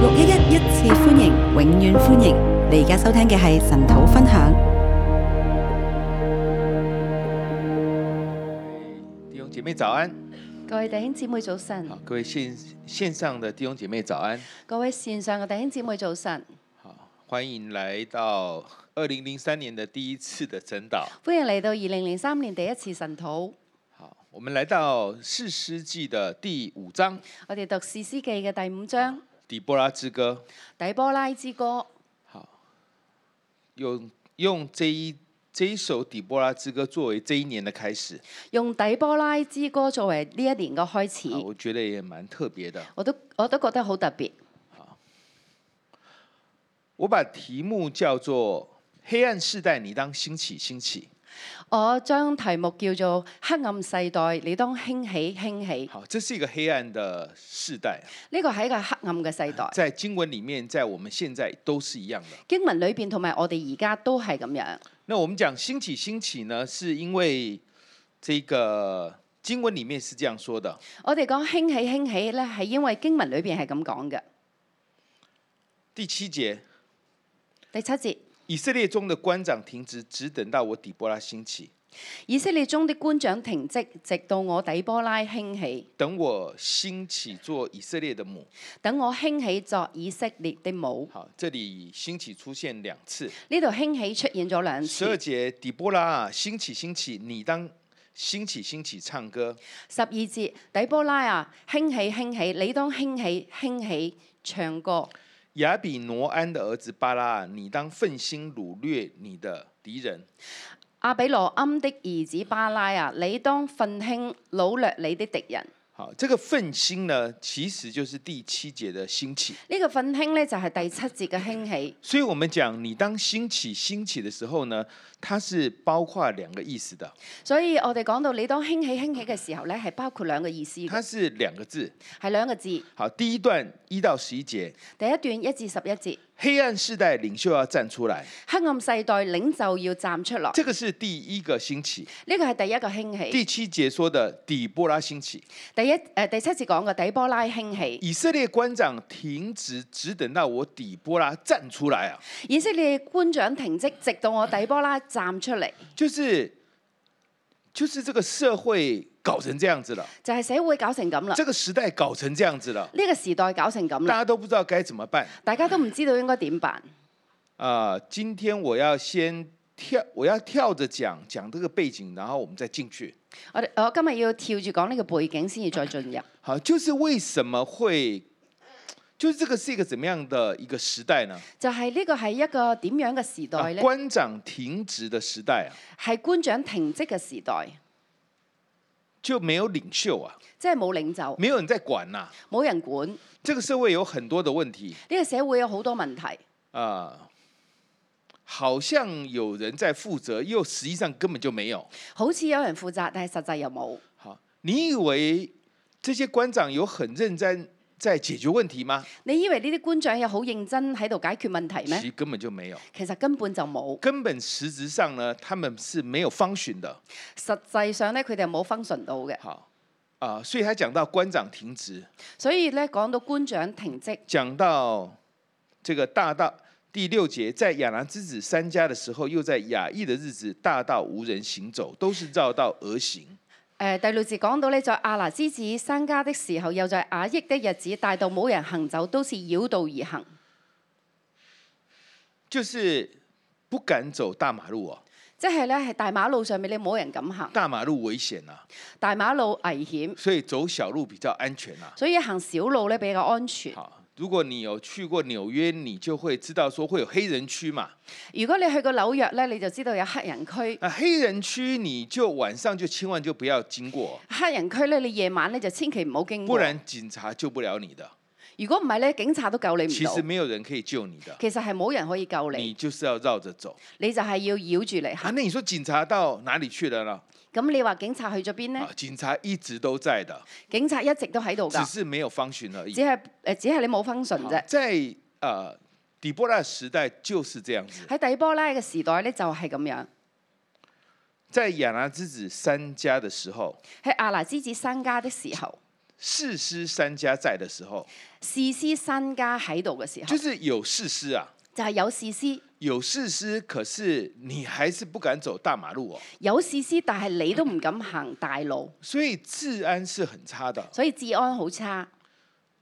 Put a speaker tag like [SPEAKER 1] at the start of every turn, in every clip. [SPEAKER 1] 六一一一次歡迎，永遠歡迎！你而家收聽嘅係神土分享。
[SPEAKER 2] 弟兄姐妹早安，
[SPEAKER 3] 各位弟兄姊妹早晨
[SPEAKER 2] 好，，各位线线上的弟兄姐妹早安，
[SPEAKER 3] 各位線上嘅弟兄姊妹早晨，
[SPEAKER 2] 好，欢迎来到二零零三年的第一次的晨祷。
[SPEAKER 3] 歡迎嚟到二零零三年第一次神土，
[SPEAKER 2] 好，我们来到四世纪的第五章，
[SPEAKER 3] 我哋讀士師記嘅第五章
[SPEAKER 2] 底波拉之歌。
[SPEAKER 3] 底波拉之歌，
[SPEAKER 2] 好，用用这一这一首底波拉之歌作为这一年的开始，
[SPEAKER 3] 用底波拉之歌作為呢一年嘅開
[SPEAKER 2] 啊，
[SPEAKER 3] 始，
[SPEAKER 2] 我觉得也蛮特别的。
[SPEAKER 3] 我都我都覺得好特別。
[SPEAKER 2] 我把题目叫做“黑暗世代，你当兴起，兴起”。
[SPEAKER 3] 我將題目叫做黑暗世代，你當興起興起，
[SPEAKER 2] 好，这是一个黑暗的世代，
[SPEAKER 3] 呢個係一個黑暗嘅世代。
[SPEAKER 2] 在经文里面，在我们现在都是一样的。
[SPEAKER 3] 經文裏邊同埋我哋而家都係咁樣。
[SPEAKER 2] 那我们讲兴起兴起呢，是因为这个经文里面是这样说的。
[SPEAKER 3] 我哋講興起興起咧，係因為經文裏邊係咁講嘅。
[SPEAKER 2] 第七节，
[SPEAKER 3] 第七節。
[SPEAKER 2] 以色列中的官长停职，只等到我底波拉兴起，
[SPEAKER 3] 以色列中的官長停職，直到我底波拉興起，
[SPEAKER 2] 等我兴起做以色列的母。
[SPEAKER 3] 等我興起作以色列的母。
[SPEAKER 2] 好，这里兴起出现两次。
[SPEAKER 3] 呢度興起出現咗兩
[SPEAKER 2] 十二
[SPEAKER 3] 次。
[SPEAKER 2] 节，底波拉啊，兴起兴起，你当兴起兴起唱歌。
[SPEAKER 3] 十二節底波拉啊，興起興起，你當興起興起唱歌。
[SPEAKER 2] 亚比挪安的儿子巴拉啊，你当奋心掳掠你的敌人。
[SPEAKER 3] 阿比羅庵的兒子巴拉啊，你當奮興掳掠你的敵人。
[SPEAKER 2] 好，这个奋心呢，其实就是第七节的兴起。
[SPEAKER 3] 呢、個奮興呢，就係、第七節嘅興起。
[SPEAKER 2] 所以我们讲，你当兴起兴起的时候呢，它是包括两个意思的，
[SPEAKER 3] 所以我哋講到你當興起興起嘅時候呢，係包括兩個意思嘅，
[SPEAKER 2] 它是兩个字。
[SPEAKER 3] 係兩個字。
[SPEAKER 2] 好，第一段一到十一节，
[SPEAKER 3] 第一段一至十一節，
[SPEAKER 2] 黑暗世代领袖要站出来，
[SPEAKER 3] 黑暗世代領袖要站出來。
[SPEAKER 2] 这个是第一个兴起。
[SPEAKER 3] 呢個係第一個興起。
[SPEAKER 2] 第七节说的底波拉兴起，
[SPEAKER 3] 第一誒、呃第七節講嘅底波拉興起，
[SPEAKER 2] 以色列官长停职，只等到我底波拉站出来啊，
[SPEAKER 3] 以色列官長停職，直到我底波拉站出嚟，
[SPEAKER 2] 就是就是这个社会搞成这样子了，
[SPEAKER 3] 就係、社會搞成咁啦，
[SPEAKER 2] 这个时代搞成这样子了，
[SPEAKER 3] 呢、個時代搞成咁
[SPEAKER 2] 大
[SPEAKER 3] 啦，
[SPEAKER 2] 家都不知道该怎么办。
[SPEAKER 3] 大家都唔知道應該點辦。
[SPEAKER 2] 啊、今天我要先跳，我要跳着讲讲这个背景，然后我们再进去。
[SPEAKER 3] 我哋我今日要跳住講呢個背景先至再進入。
[SPEAKER 2] 好，就是为什么会，就是这个是一个怎么样的一个时代呢？
[SPEAKER 3] 就係、呢個係一個點樣嘅時
[SPEAKER 2] 啊
[SPEAKER 3] 代呢？
[SPEAKER 2] 官长停职的时代啊，
[SPEAKER 3] 係官長停職嘅時代，
[SPEAKER 2] 就没有领袖啊，
[SPEAKER 3] 即係冇領袖，
[SPEAKER 2] 没有人在管呐、
[SPEAKER 3] 冇人管。呢、
[SPEAKER 2] 这个社会有很多的问题
[SPEAKER 3] 個社會有好多問題，
[SPEAKER 2] 啊、好像有人在负责，又实际上根本就没有。
[SPEAKER 3] 好似有人負責，但係實際又冇。
[SPEAKER 2] 好，你以为这些官长有很认真在解决问题吗？
[SPEAKER 3] 你以為呢啲官長有好認真喺度解決問題
[SPEAKER 2] 其
[SPEAKER 3] 咩
[SPEAKER 2] 实？根本就没有。
[SPEAKER 3] 其實根本就冇。
[SPEAKER 2] 根本实质上呢，他们是没有方寻的。
[SPEAKER 3] 實際上咧，佢哋係冇 function 到嘅，
[SPEAKER 2] 好啊、所以他讲到官长停职，
[SPEAKER 3] 所以咧講到官長停職，
[SPEAKER 2] 讲到这个大道第六节，在亚拿之子三家的时候，又在雅意的日子，大道无人行走，都是绕道而行。
[SPEAKER 3] 誒、呃第六節講到咧，在阿拿之子生家的時候，又在雅益的日子，大道冇人行走，都是繞道而行，
[SPEAKER 2] 就是不敢走大马路哦，
[SPEAKER 3] 即係咧係大馬路上面你冇人敢行，
[SPEAKER 2] 大马路危险啊，
[SPEAKER 3] 大馬路危險，
[SPEAKER 2] 所以走小路比較安全啊。
[SPEAKER 3] 所以行小路咧比較安全。
[SPEAKER 2] 好，如果你有去过纽约，你就会知道说会有黑人区嘛。
[SPEAKER 3] 如果你去過紐約咧，你就知道有黑人區，
[SPEAKER 2] 那黑人區你就晚上就千萬就不要哦經過，
[SPEAKER 3] 黑人區咧你夜晚咧就千祈唔好經
[SPEAKER 2] 不
[SPEAKER 3] 過，
[SPEAKER 2] 然警察救不了你的。
[SPEAKER 3] 如果唔係咧，警察都救你唔
[SPEAKER 2] 其
[SPEAKER 3] 到
[SPEAKER 2] 實。沒有人可以救你的，
[SPEAKER 3] 其實係冇人可以救
[SPEAKER 2] 你
[SPEAKER 3] 你，
[SPEAKER 2] 就是要繞着走。
[SPEAKER 3] 你就係要繞住嚟
[SPEAKER 2] 啊，
[SPEAKER 3] 行。
[SPEAKER 2] 那你說警察到哪裡去了呢？
[SPEAKER 3] 咁你話警察去咗邊呢？
[SPEAKER 2] 啊，警察一直都在的，
[SPEAKER 3] 警察一直都喺度
[SPEAKER 2] 只
[SPEAKER 3] 㗎，
[SPEAKER 2] 是沒有方巡而已
[SPEAKER 3] 只。係誒只係你冇 function
[SPEAKER 2] 好
[SPEAKER 3] 啫。
[SPEAKER 2] 在呃底波拉時代就是這樣子，
[SPEAKER 3] 喺底波拉嘅時代咧就係咁樣，
[SPEAKER 2] 在亞拿之子三家的時候，
[SPEAKER 3] 喺阿拿之子生家的時候，
[SPEAKER 2] 士师三家在的时候，
[SPEAKER 3] 士師身家喺度嘅時候
[SPEAKER 2] 就，是有士师啊，
[SPEAKER 3] 就係有士師，
[SPEAKER 2] 有士师，可是你还是不敢走大马路哦，
[SPEAKER 3] 有士師，但係你都唔敢行大 路，
[SPEAKER 2] 所以治安是很差的。
[SPEAKER 3] 所以治安好差，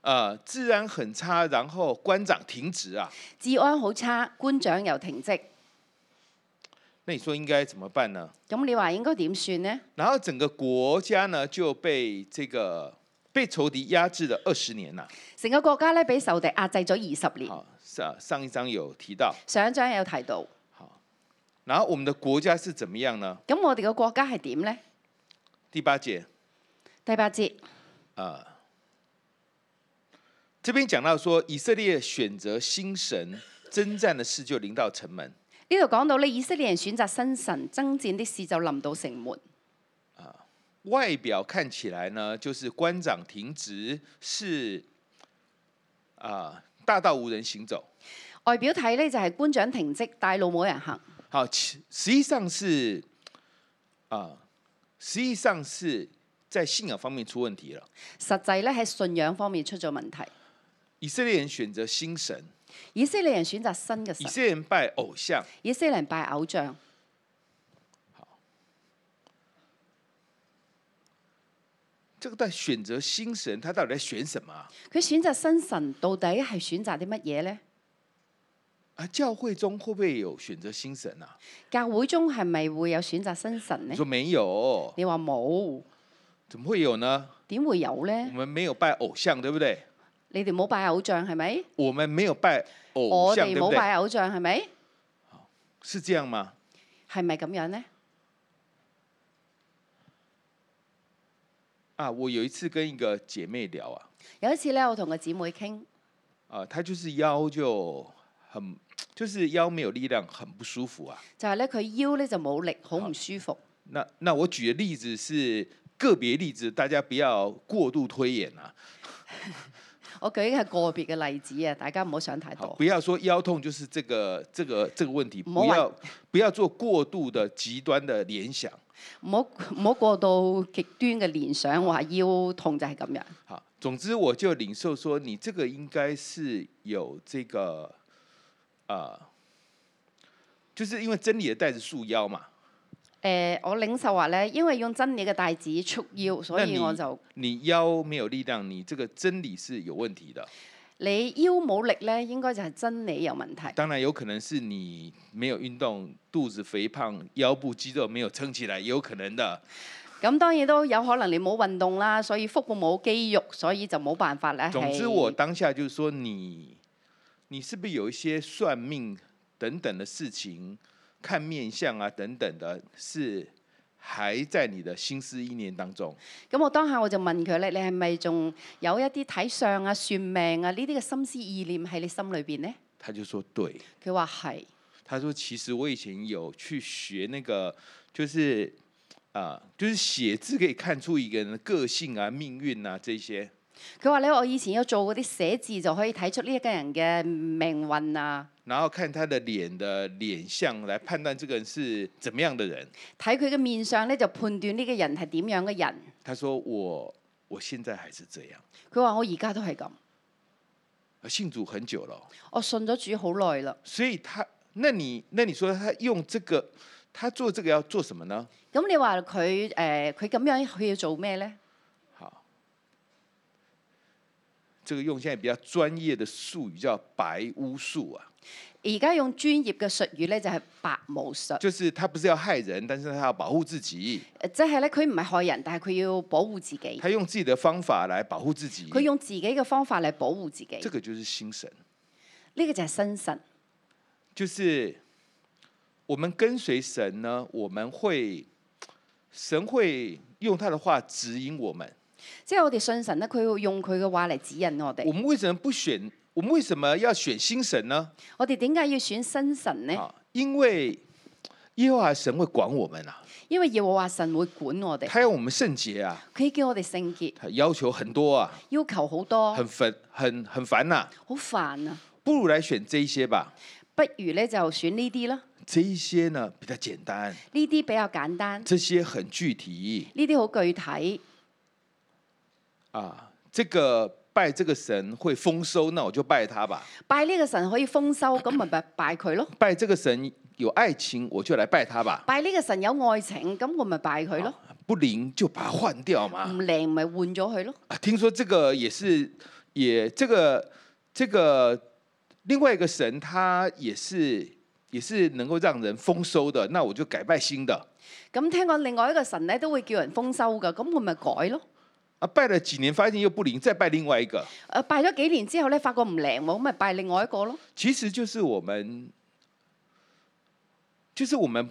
[SPEAKER 2] 呃，治安很差，然后官长停职啊，
[SPEAKER 3] 治安好差，官長又停職。
[SPEAKER 2] 那你说应该怎么办呢？
[SPEAKER 3] 咁你話應該點算呢？
[SPEAKER 2] 然后整个国家呢就被这个被仇敌压制了二十年呐、
[SPEAKER 3] 成個國家咧俾仇敵壓制咗二十年。
[SPEAKER 2] 好，上上一章有提到，
[SPEAKER 3] 上一章有提到，
[SPEAKER 2] 然后我们的国家是怎么样呢？
[SPEAKER 3] 咁我哋嘅國家係點呢？
[SPEAKER 2] 第八节，
[SPEAKER 3] 第八節，
[SPEAKER 2] 呃，这边讲到说以色列选择新神征战的事就临到城门。
[SPEAKER 3] 呢度講到咧，以色列人選擇新神爭戰的事就臨到城門。
[SPEAKER 2] 外表看起来呢，就是官长停职是啊、大道无人行走。
[SPEAKER 3] 外表睇呢，就係官長停職，大路冇人行。
[SPEAKER 2] 好，其实际上是啊、实际上是在信仰方面出问题了。
[SPEAKER 3] 實際咧喺信仰方面出咗問題。
[SPEAKER 2] 以色列人选择新神，
[SPEAKER 3] 以色列人選擇新嘅
[SPEAKER 2] 以
[SPEAKER 3] 神，
[SPEAKER 2] 色列人拜偶像，
[SPEAKER 3] 以色列人拜偶像。
[SPEAKER 2] 这个在选择新神，他到底在选什么啊？
[SPEAKER 3] 佢選擇新神到底係選擇啲乜嘢呢？
[SPEAKER 2] 啊教会中会不会有选择新神啊？
[SPEAKER 3] 教會中係咪會有選擇新神呢
[SPEAKER 2] 你？说没有，
[SPEAKER 3] 你話冇，
[SPEAKER 2] 怎么会有呢？
[SPEAKER 3] 點會有
[SPEAKER 2] 我
[SPEAKER 3] 呢？
[SPEAKER 2] 们没有拜偶像，对不对？
[SPEAKER 3] 你哋冇拜偶像係咪？
[SPEAKER 2] 我们没有拜偶
[SPEAKER 3] 我
[SPEAKER 2] 像，
[SPEAKER 3] 哋
[SPEAKER 2] 哦对不
[SPEAKER 3] 冇
[SPEAKER 2] 对？
[SPEAKER 3] 拜偶像係咪？
[SPEAKER 2] 是这样吗？
[SPEAKER 3] 係咪咁樣呢？
[SPEAKER 2] 啊，我有一次跟一个姐妹聊啊，
[SPEAKER 3] 有一次咧，我同個姊妹傾，
[SPEAKER 2] 啊，她就是腰就很，就是腰没有力量，很不舒服啊。
[SPEAKER 3] 就係咧佢腰咧就冇力，好唔舒服。
[SPEAKER 2] 那那我举的例子是个别例子，大家不要过度推演啊，
[SPEAKER 3] 我舉嘅係個別嘅例子啊，大家唔好想太
[SPEAKER 2] 好，
[SPEAKER 3] 多
[SPEAKER 2] 不，要说腰痛就是这个这个这个问题，
[SPEAKER 3] 魔
[SPEAKER 2] 不要不要做过度的极端的联想。
[SPEAKER 3] 唔好唔好過到極端嘅聯想，話腰痛就係咁樣。
[SPEAKER 2] 好，总之我就领受说，你这个应该是有这个呃，就是因为真理的带着束腰嘛，
[SPEAKER 3] 誒、我領受話咧，因為用真理嘅帶子束腰，所以
[SPEAKER 2] 那
[SPEAKER 3] 我就
[SPEAKER 2] 你腰没有力量，你这个真理是有问题的。
[SPEAKER 3] 你腰冇力咧，應該就係真理有問題。
[SPEAKER 2] 当然有可能是你没有运动，肚子肥胖，腰部肌肉没有撑起来，也有可能的。
[SPEAKER 3] 咁當然都有可能你冇運動啦，所以腹部冇肌肉，所以就冇辦法咧。
[SPEAKER 2] 哎总之，
[SPEAKER 3] 係
[SPEAKER 2] 我当下就是说你，你是不是有一些算命等等的事情，看面相啊等等的，是还在你的心思意念当中？
[SPEAKER 3] 咁，我當下我就問佢咧，你係咪仲有一啲睇相啊、算命啊呢啲嘅心思意念喺你心裏邊呢？
[SPEAKER 2] 他就说对，
[SPEAKER 3] 佢話係，
[SPEAKER 2] 他说其实我以前有去学那个，就是啊、就是写字可以看出一个人的个性啊、命运啊这些。
[SPEAKER 3] 佢話咧，我以前有做嗰啲寫字就可以睇出呢一個人嘅命運啊，
[SPEAKER 2] 然後看他的臉的臉相来判斷這個人是怎麼樣的人。
[SPEAKER 3] 睇佢嘅面相咧就判斷呢個人係點樣嘅人。
[SPEAKER 2] 他說我我現在還是這樣，
[SPEAKER 3] 佢話我而家都係咁，
[SPEAKER 2] 呃信主很久了哦，
[SPEAKER 3] 我信咗主好耐啦。
[SPEAKER 2] 所以他那你那你說他用這個他做這個要做什麼呢？
[SPEAKER 3] 咁你話佢誒佢咁樣佢要做咩呢？
[SPEAKER 2] 好，這個用現在比較專業的術語叫白巫術啊，
[SPEAKER 3] 而家用專業嘅術語呢，就係白無術，
[SPEAKER 2] 就是他不是要害人，但是他要保護自己，
[SPEAKER 3] 呃即係呢，佢唔係害人，但係佢要保護自己，
[SPEAKER 2] 他用自己的方法來保護自己
[SPEAKER 3] 佢。用自己嘅方法嚟保護自己。
[SPEAKER 2] 這個就是心神。
[SPEAKER 3] 呢個就係新神。
[SPEAKER 2] 就是我们跟随神呢，我们会神会用他的话指引我们。
[SPEAKER 3] 即係我哋信神呢，佢會用佢嘅話嚟指引我
[SPEAKER 2] 我
[SPEAKER 3] 哋。
[SPEAKER 2] 们为什么不选？我们为什么要选新神呢？
[SPEAKER 3] 我哋點解要選新神呢？
[SPEAKER 2] 啊，因为耶和华神会管我们啊，
[SPEAKER 3] 因為耶和華神會管我哋，
[SPEAKER 2] 他要我们圣洁啊，
[SPEAKER 3] 佢叫我哋聖潔，
[SPEAKER 2] 他要求很多啊，
[SPEAKER 3] 要求好多，
[SPEAKER 2] 很烦，很很烦呐、
[SPEAKER 3] 好煩啊！
[SPEAKER 2] 不如来选这一些吧，
[SPEAKER 3] 不如呢，就選呢啲啦，
[SPEAKER 2] 这一些呢比较简单，
[SPEAKER 3] 呢啲比較簡單，
[SPEAKER 2] 这些很具体
[SPEAKER 3] 呢啲好具體。
[SPEAKER 2] 啊。这个拜这个神会丰收，那我就拜他吧；
[SPEAKER 3] 拜呢個神可以豐收，咁咪咪拜佢咯。
[SPEAKER 2] 拜这个神有爱情，我就来拜他吧。
[SPEAKER 3] 拜呢個神有愛情，咁我咪拜佢咯。
[SPEAKER 2] 不灵就把它换掉嘛。
[SPEAKER 3] 唔靈咪換咗佢咯。
[SPEAKER 2] 啊，听说这个也是，也这个这个另外一个神，他也是也是能够让人丰收的，那我就改拜新的。
[SPEAKER 3] 咁聽講另外一個神咧都會叫人豐收噶，咁我咪改咯。
[SPEAKER 2] 啊，拜了几年发现又不灵，再拜另外一个，
[SPEAKER 3] 誒、呃拜咗幾年之後咧，發覺唔靈喎，咁咪拜另外一個咯。
[SPEAKER 2] 其实就是我们，就是我们，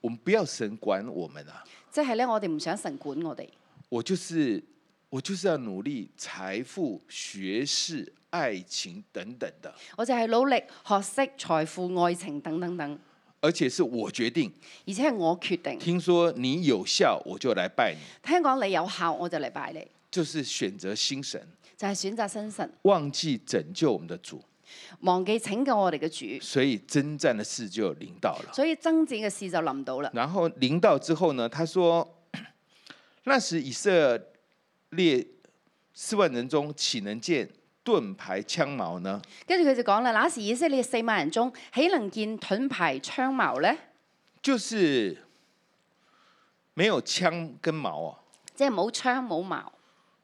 [SPEAKER 2] 我们不要神管我们啊，
[SPEAKER 3] 即係咧，我哋唔想神管我哋，
[SPEAKER 2] 我就是我就是要努力财富、学识、爱情等等的，
[SPEAKER 3] 我就係努力學識財富、愛情等等等，
[SPEAKER 2] 而且是我决定。
[SPEAKER 3] 而且係我決定。
[SPEAKER 2] 听说你有效，我就来拜你。
[SPEAKER 3] 聽講你有效，我就嚟拜你，
[SPEAKER 2] 就是选择新神，
[SPEAKER 3] 就係、選擇新神，
[SPEAKER 2] 忘记拯救我们的主，
[SPEAKER 3] 忘記拯救我哋嘅主，
[SPEAKER 2] 所以征战的事就有领到了。
[SPEAKER 3] 所以爭戰嘅事就臨到啦。
[SPEAKER 2] 然后领到之后呢，他说：“ 那时以色列四万人中，岂能见盾牌枪矛呢？
[SPEAKER 3] 跟住佢就講啦，那時以色列四萬人中，豈能見盾牌槍矛呢？
[SPEAKER 2] 就是没有枪跟矛哦，
[SPEAKER 3] 即係冇槍冇矛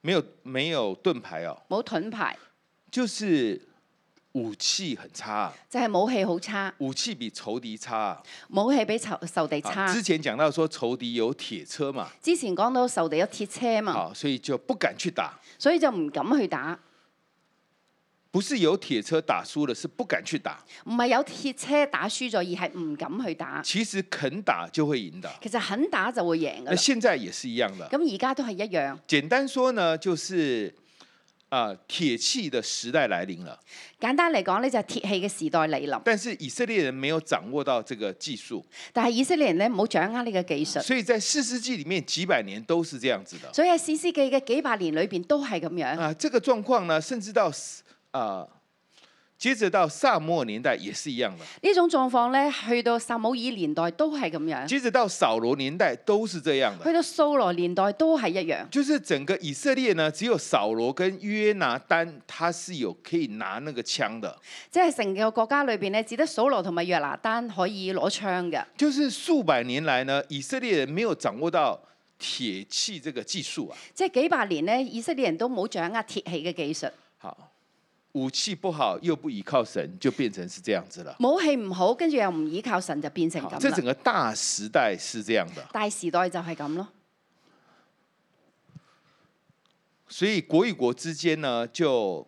[SPEAKER 2] 没有没有盾牌哦，
[SPEAKER 3] 冇盾牌，
[SPEAKER 2] 就是武器很差啊、
[SPEAKER 3] 就係、武器好差，
[SPEAKER 2] 武器比仇敌差啊、
[SPEAKER 3] 武器比仇仇地
[SPEAKER 2] 啊
[SPEAKER 3] 差。
[SPEAKER 2] 之前讲到说仇敌有铁车嘛，
[SPEAKER 3] 之前講到仇地有鐵車嘛，
[SPEAKER 2] 好，所以就不敢去打。”
[SPEAKER 3] 所以就唔敢去打，
[SPEAKER 2] 不是有铁车打输了，是不敢去打。
[SPEAKER 3] 唔係有鐵車打輸咗，而係唔敢去打。
[SPEAKER 2] 其实肯打就会赢的。
[SPEAKER 3] 其實肯打就會贏噶
[SPEAKER 2] 那
[SPEAKER 3] 啦。
[SPEAKER 2] 现在也是一样的。
[SPEAKER 3] 咁而家都係一樣。
[SPEAKER 2] 简单说呢，就是啊，铁器的时代来临了。
[SPEAKER 3] 簡單嚟講呢就係鐵器嘅時代嚟臨。
[SPEAKER 2] 但是以色列人没有掌握到這個技術，
[SPEAKER 3] 但係以色列人咧唔好掌握呢個技術，
[SPEAKER 2] 所以在四世紀里面幾百年都是这样子的。
[SPEAKER 3] 所以喺史詩記嘅幾百年裏邊都係咁樣。
[SPEAKER 2] 啊，这個狀況呢，甚至到啊，接着到萨摩尔年代也是一样的，
[SPEAKER 3] 呢種狀況咧，去到撒姆耳年代都係咁樣，
[SPEAKER 2] 接着到扫罗年代都是这样的
[SPEAKER 3] 去。到掃羅年代都係一樣。
[SPEAKER 2] 就是整个以色列呢，只有扫罗跟约拿丹他是有可以拿那个枪的，
[SPEAKER 3] 即係成個國家裏邊咧，只得掃羅同埋約拿單可以攞槍嘅。
[SPEAKER 2] 就是数百年来呢，以色列人没有掌握到铁器这个技术啊。
[SPEAKER 3] 即係幾百年咧，以色列人都冇掌握鐵器嘅技術，
[SPEAKER 2] 好，武器不好又不依靠神，就变成是这样子了。
[SPEAKER 3] 武器唔好，跟住又唔依靠神，就變成
[SPEAKER 2] 好，
[SPEAKER 3] 咁
[SPEAKER 2] 这整
[SPEAKER 3] 啦。
[SPEAKER 2] 个大时代是这样的，
[SPEAKER 3] 大時代就係咁咯。
[SPEAKER 2] 所以国与国之间呢，就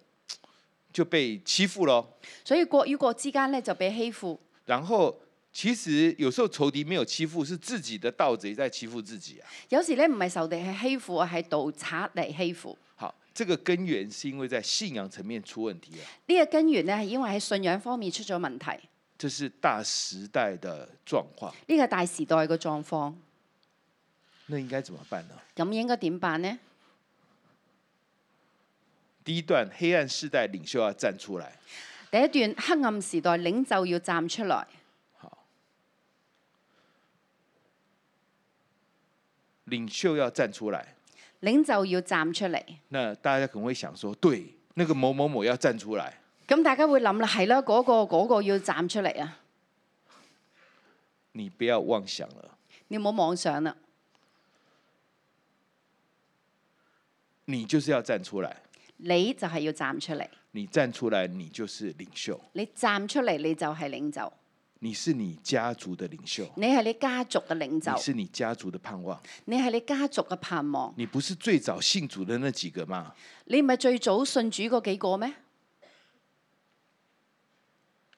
[SPEAKER 2] 就被欺负咯。
[SPEAKER 3] 所以國與國之間咧就被欺負。
[SPEAKER 2] 然后其实有时候仇敌没有欺负，是自己的盗贼在欺负自己啊。
[SPEAKER 3] 有時咧唔係仇敵係欺負，係盜賊嚟欺負。
[SPEAKER 2] 好，这个根源是因为在信仰层面出问题了，啊
[SPEAKER 3] 呢、個根源咧係因為喺信仰方面出咗問題，
[SPEAKER 2] 这是大时代的状况。
[SPEAKER 3] 呢、個係大時代嘅狀況，
[SPEAKER 2] 那应该怎么办呢？
[SPEAKER 3] 咁應該點辦呢？
[SPEAKER 2] 第一段，黑暗世代领袖要站出来，
[SPEAKER 3] 第一段黑暗時代領袖要站出來，
[SPEAKER 2] 领袖要站出来。
[SPEAKER 3] 領袖要站出嚟。
[SPEAKER 2] 那大家可能会想说，对，那个某某某要站出来，
[SPEAKER 3] 咁大家會諗啦，係啦，嗰、個嗰、個要站出嚟啊！
[SPEAKER 2] 你不要妄想了，
[SPEAKER 3] 你冇妄想啦，
[SPEAKER 2] 你就是要站出来，
[SPEAKER 3] 你就係要站出嚟，
[SPEAKER 2] 你站出来，你就是领袖，
[SPEAKER 3] 你站出嚟你就係領袖，
[SPEAKER 2] 你是你家族的领袖，
[SPEAKER 3] 你係你家族嘅
[SPEAKER 2] 你
[SPEAKER 3] 領袖，
[SPEAKER 2] 是你家族的盼望，
[SPEAKER 3] 你係你家族嘅盼望。
[SPEAKER 2] 你不是最早信主的那几个吗？
[SPEAKER 3] 你唔係最早信主嗰幾個咩？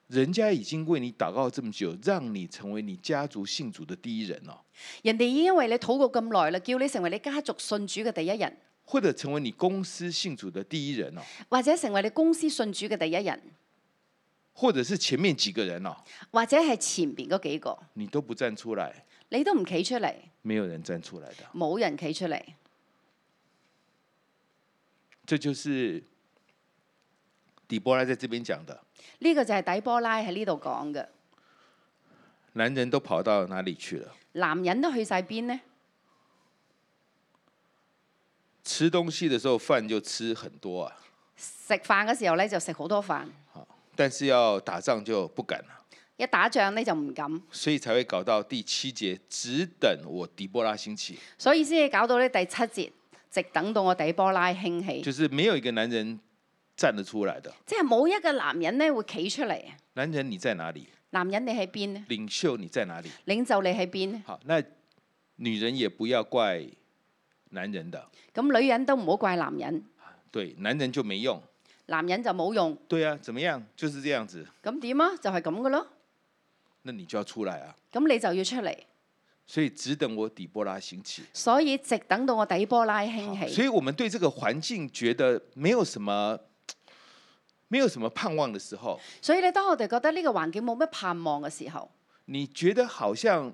[SPEAKER 2] 人家已经为你祷告这么久，让你成为你家族信主的第一人哦，
[SPEAKER 3] 人哋已經為你禱告咁耐啦，叫你成為你家族信主嘅第一人，
[SPEAKER 2] 或者成为你公司信主的第一人哦，
[SPEAKER 3] 或者成為你公司信主嘅第一人，
[SPEAKER 2] 或者是前面几个人哦，
[SPEAKER 3] 或者係前邊嗰幾個，
[SPEAKER 2] 你都不站出来，
[SPEAKER 3] 你都唔企出嚟，
[SPEAKER 2] 没有人站出来的。
[SPEAKER 3] 冇人企出嚟。
[SPEAKER 2] 这就是底波拉在这边讲的，
[SPEAKER 3] 呢、個就係底波拉喺呢度講嘅。
[SPEAKER 2] 男人都跑到哪里去了？
[SPEAKER 3] 男人都去晒邊呢？
[SPEAKER 2] 吃东西的时候饭就吃很多啊，
[SPEAKER 3] 食飯嘅時候咧就食好多飯，
[SPEAKER 2] 但是要打仗就不敢了，
[SPEAKER 3] 一打仗咧就唔敢，
[SPEAKER 2] 所以才会搞到第七节，只等我底波拉兴起，
[SPEAKER 3] 所以先至搞到呢第七節，直等到我底波拉興起，
[SPEAKER 2] 就是没有一个男人站得出来的。
[SPEAKER 3] 即係冇一個男人咧會企出嚟。
[SPEAKER 2] 男人你在哪里？
[SPEAKER 3] 男人你喺邊咧？
[SPEAKER 2] 领袖你在哪里？
[SPEAKER 3] 領袖你喺邊咧？
[SPEAKER 2] 好，那女人也不要怪男人的，
[SPEAKER 3] 咁女人都唔好怪男人，
[SPEAKER 2] 对，男人就没用。
[SPEAKER 3] 男人就冇用。
[SPEAKER 2] 对啊，怎么样？就是这样子，
[SPEAKER 3] 咁點啊？就係咁嘅咯。
[SPEAKER 2] 那你就要出来啊。
[SPEAKER 3] 咁你就要出嚟。
[SPEAKER 2] 所以只等我底波拉兴起。
[SPEAKER 3] 所以直等到我底波拉興
[SPEAKER 2] 所
[SPEAKER 3] 起。
[SPEAKER 2] 以我们对这个环境觉得没有什么，没有什么盼望的时候，
[SPEAKER 3] 所以咧，當我哋覺得呢個環境冇乜盼望嘅時候，
[SPEAKER 2] 你觉得好像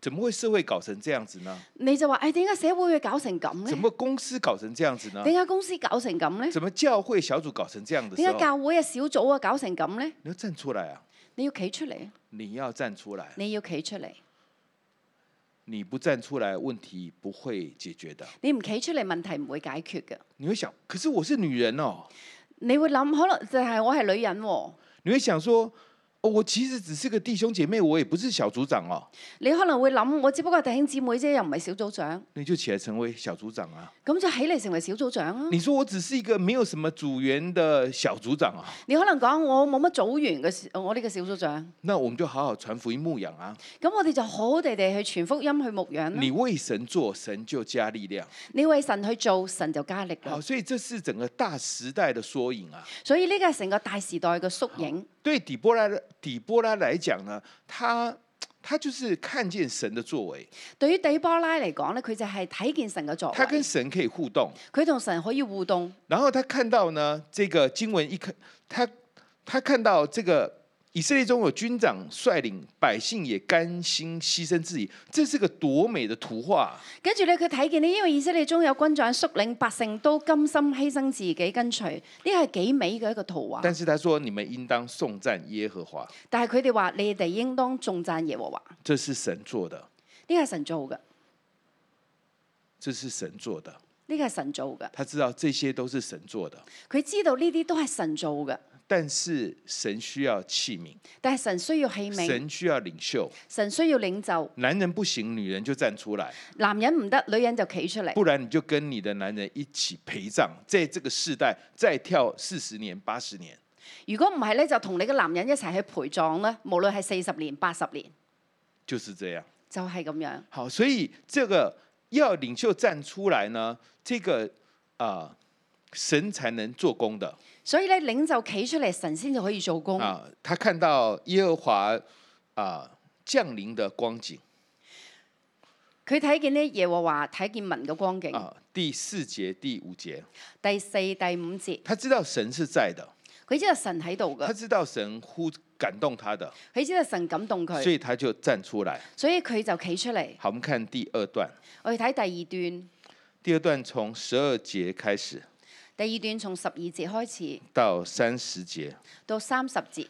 [SPEAKER 2] 怎么会社会搞成这样子呢？
[SPEAKER 3] 你就話：，誒、哎點解社會會搞成咁
[SPEAKER 2] 怎
[SPEAKER 3] 呢？
[SPEAKER 2] 么公司搞成这样子呢？
[SPEAKER 3] 點解公司搞成咁呢？
[SPEAKER 2] 怎么教会小组搞成这样的时
[SPEAKER 3] 點解
[SPEAKER 2] 候，
[SPEAKER 3] 教會嘅小組啊搞成咁呢？
[SPEAKER 2] 你要站出来啊！
[SPEAKER 3] 你要企出嚟，
[SPEAKER 2] 你要站出来，
[SPEAKER 3] 你要企出嚟。
[SPEAKER 2] 你不站出来，问题不会解决的。
[SPEAKER 3] 你唔企出嚟，問題唔會解決嘅。
[SPEAKER 2] 你会想，可是我是女人哦，
[SPEAKER 3] 你會諗，可能就係我係女人喎、
[SPEAKER 2] 你会想说，哦，我其实只是个弟兄姐妹，我也不是小组长哦，
[SPEAKER 3] 你可能會諗，我只不過係弟兄姊妹啫，又唔係小組長，
[SPEAKER 2] 那你就起来成为小组长啊。
[SPEAKER 3] 咁就起嚟成為小組長啊！
[SPEAKER 2] 你说我只是一个没有什么组员的小组長啊，
[SPEAKER 3] 你可能講我冇乜組員嘅小，我呢個小組長，
[SPEAKER 2] 那我们就好好传福音牧养啊。
[SPEAKER 3] 咁我哋就好好地地去傳福音去牧養啦。
[SPEAKER 2] 你為神做，神就加力量。
[SPEAKER 3] 你為神去做，神就加力
[SPEAKER 2] 好，
[SPEAKER 3] 啦。
[SPEAKER 2] 所以这是整个大时代的縮影啊。
[SPEAKER 3] 所以呢個係成個大時代嘅縮影。
[SPEAKER 2] 对底波拉底波拉来讲呢，他他就是看见神的作為，
[SPEAKER 3] 對於底波拉嚟講咧，佢就係睇見神嘅作
[SPEAKER 2] 他跟
[SPEAKER 3] 為，
[SPEAKER 2] 神可以互動，
[SPEAKER 3] 佢同神可以互動。
[SPEAKER 2] 然后他看到呢这个经文一看，他他看到这个。以色列中有军长率领百姓，也甘心牺牲自己，这是个多美的图画啊、
[SPEAKER 3] 跟住咧，佢睇見呢，因為以色列中有軍長率領百姓都甘心犧牲自己跟隨，呢係幾美嘅一個圖畫。
[SPEAKER 2] 但是他说：“你们应当颂赞耶和华，
[SPEAKER 3] 但係佢哋話：你哋應當重讚耶和華，
[SPEAKER 2] 这是神做的，
[SPEAKER 3] 呢個係神做嘅，
[SPEAKER 2] 这是神做的。
[SPEAKER 3] 呢個係神做嘅。
[SPEAKER 2] 他知道这些都是神做的，
[SPEAKER 3] 佢知道呢啲都係神做嘅，
[SPEAKER 2] 但是神需要器皿，
[SPEAKER 3] 但係神需要器皿，
[SPEAKER 2] 神需要领袖。
[SPEAKER 3] 神需要領袖。
[SPEAKER 2] 男人不行，女人就站出来，
[SPEAKER 3] 男人唔得，女人就企出嚟。
[SPEAKER 2] 不然你就跟你的男人一起陪葬，在这个世代再跳四十年、八十年。
[SPEAKER 3] 如果唔係咧，就同你嘅男人一齊去陪葬啦。無論係四十年、八十年，”
[SPEAKER 2] 就是这样。
[SPEAKER 3] 就係、咁樣。
[SPEAKER 2] 好，所以这个要领袖站出来呢，这个啊、呃神才能做工的。
[SPEAKER 3] 所以咧，領袖企出嚟，神先至可以做工。
[SPEAKER 2] 啊、他看到耶和华啊、降临的光景
[SPEAKER 3] 佢睇見呢耶和華睇見民嘅光景。
[SPEAKER 2] 啊、第四节、第五节，
[SPEAKER 3] 第四、第五節，
[SPEAKER 2] 他知道神是在的，
[SPEAKER 3] 佢知道神喺度
[SPEAKER 2] 他
[SPEAKER 3] 嘅，
[SPEAKER 2] 知道神呼感动他的，
[SPEAKER 3] 佢知道神感動
[SPEAKER 2] 所
[SPEAKER 3] 佢，
[SPEAKER 2] 以他就站出来。
[SPEAKER 3] 所以佢就企出嚟。
[SPEAKER 2] 好，我们看第二段，
[SPEAKER 3] 我哋睇第二段，
[SPEAKER 2] 第二段从十二节开始
[SPEAKER 3] 第二段從十二節開始
[SPEAKER 2] 到三十节，
[SPEAKER 3] 到三十節。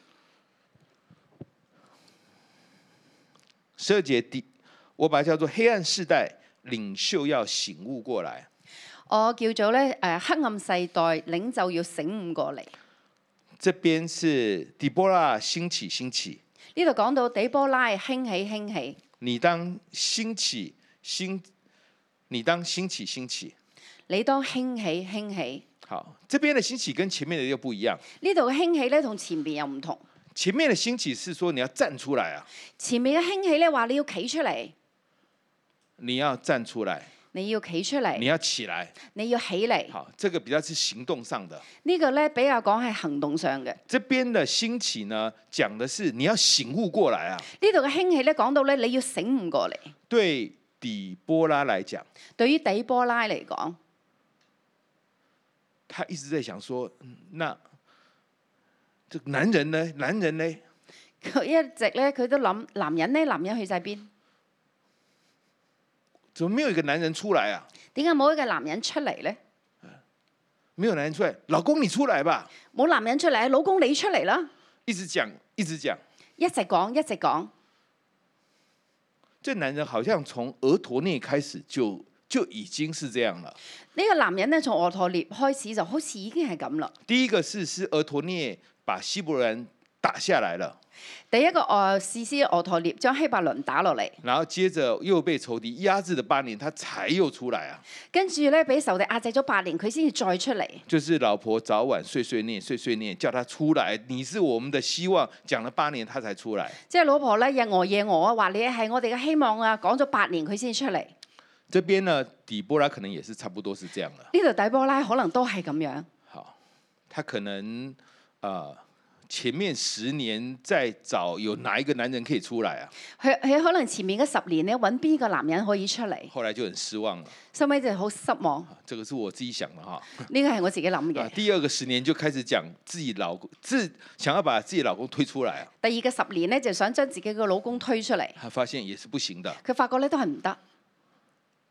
[SPEAKER 2] 十二节第我把它叫做黑暗世代，领袖要醒悟过来。
[SPEAKER 3] 我叫做咧誒、呃黑暗世代領袖要醒悟過嚟。
[SPEAKER 2] 这边是底波拉兴起，兴起，
[SPEAKER 3] 呢度講到底波拉興起興起，
[SPEAKER 2] 你当兴起，兴，你当兴起，兴起。
[SPEAKER 3] 你當興起興起。
[SPEAKER 2] 好，这边的兴起跟前面的又不一样。
[SPEAKER 3] 呢度嘅興起咧同前面又唔同。
[SPEAKER 2] 前面的兴起是说你要站出来啊，
[SPEAKER 3] 前面嘅興起咧話你要企出嚟，
[SPEAKER 2] 你要站出来，
[SPEAKER 3] 你要企出
[SPEAKER 2] 你
[SPEAKER 3] 嚟，
[SPEAKER 2] 要起来。
[SPEAKER 3] 你要起嚟。
[SPEAKER 2] 好，這個比較是行動上的。
[SPEAKER 3] 呢個咧比較講係行動上嘅。呢
[SPEAKER 2] 這邊的興起呢，講的是你要醒悟過來啊。
[SPEAKER 3] 度嘅興起咧講到咧你要醒悟過嚟。
[SPEAKER 2] 對底波拉來講，
[SPEAKER 3] 對於底波拉嚟講，
[SPEAKER 2] 他一直在想說，嗯那這個男人呢？男人呢？
[SPEAKER 3] 佢一直咧佢都諗男人咧男人去晒邊？
[SPEAKER 2] 怎麼沒有一個男人出來啊？
[SPEAKER 3] 點解冇一個男人出嚟咧？
[SPEAKER 2] 沒有男人出來，老公你出來吧！
[SPEAKER 3] 冇男人出嚟，老公你出嚟啦！
[SPEAKER 2] 一直講，一直講。
[SPEAKER 3] 一直講一直講。
[SPEAKER 2] 這男人好像從額頭那開始就就已经是這樣了。
[SPEAKER 3] 呢、個男人咧，從俄陀列開始就好似已經係咁啦。
[SPEAKER 2] 第一個是是俄陀涅把希伯來人打下來了，
[SPEAKER 3] 第一個俄士師俄陀列將希伯倫打落嚟，
[SPEAKER 2] 然後接着又被仇敵壓制的八年，他才又出來啊。
[SPEAKER 3] 跟住咧俾仇敵壓制咗八年，佢先至再出嚟。
[SPEAKER 2] 就是老婆早晚碎碎念碎碎念，叫他出來，你是我們的希望。講了八年，他才出來。
[SPEAKER 3] 即係老婆咧，日我夜我啊，話你係我哋嘅希望啊，講咗八年佢先出嚟。
[SPEAKER 2] 這邊呢，底波拉可能也是差不多是這樣的。
[SPEAKER 3] 呢度底波拉可能都係咁樣，
[SPEAKER 2] 好，他可能呃前面十年在找有哪一個男人可以出來啊，
[SPEAKER 3] 佢佢可能前面嗰十年咧揾邊個男人可以出嚟，
[SPEAKER 2] 後來就很失望了。
[SPEAKER 3] 收尾就好失望。
[SPEAKER 2] 啊這個是我自己想的哈。
[SPEAKER 3] 呢個係我自己諗
[SPEAKER 2] 啊，
[SPEAKER 3] 嘅。
[SPEAKER 2] 第二個十年就開始講自己老公自想要把自己老公推出來啊，
[SPEAKER 3] 第二個十年咧就想將自己嘅老公推出嚟，
[SPEAKER 2] 他發現也是不行的，
[SPEAKER 3] 佢發覺咧都係唔得，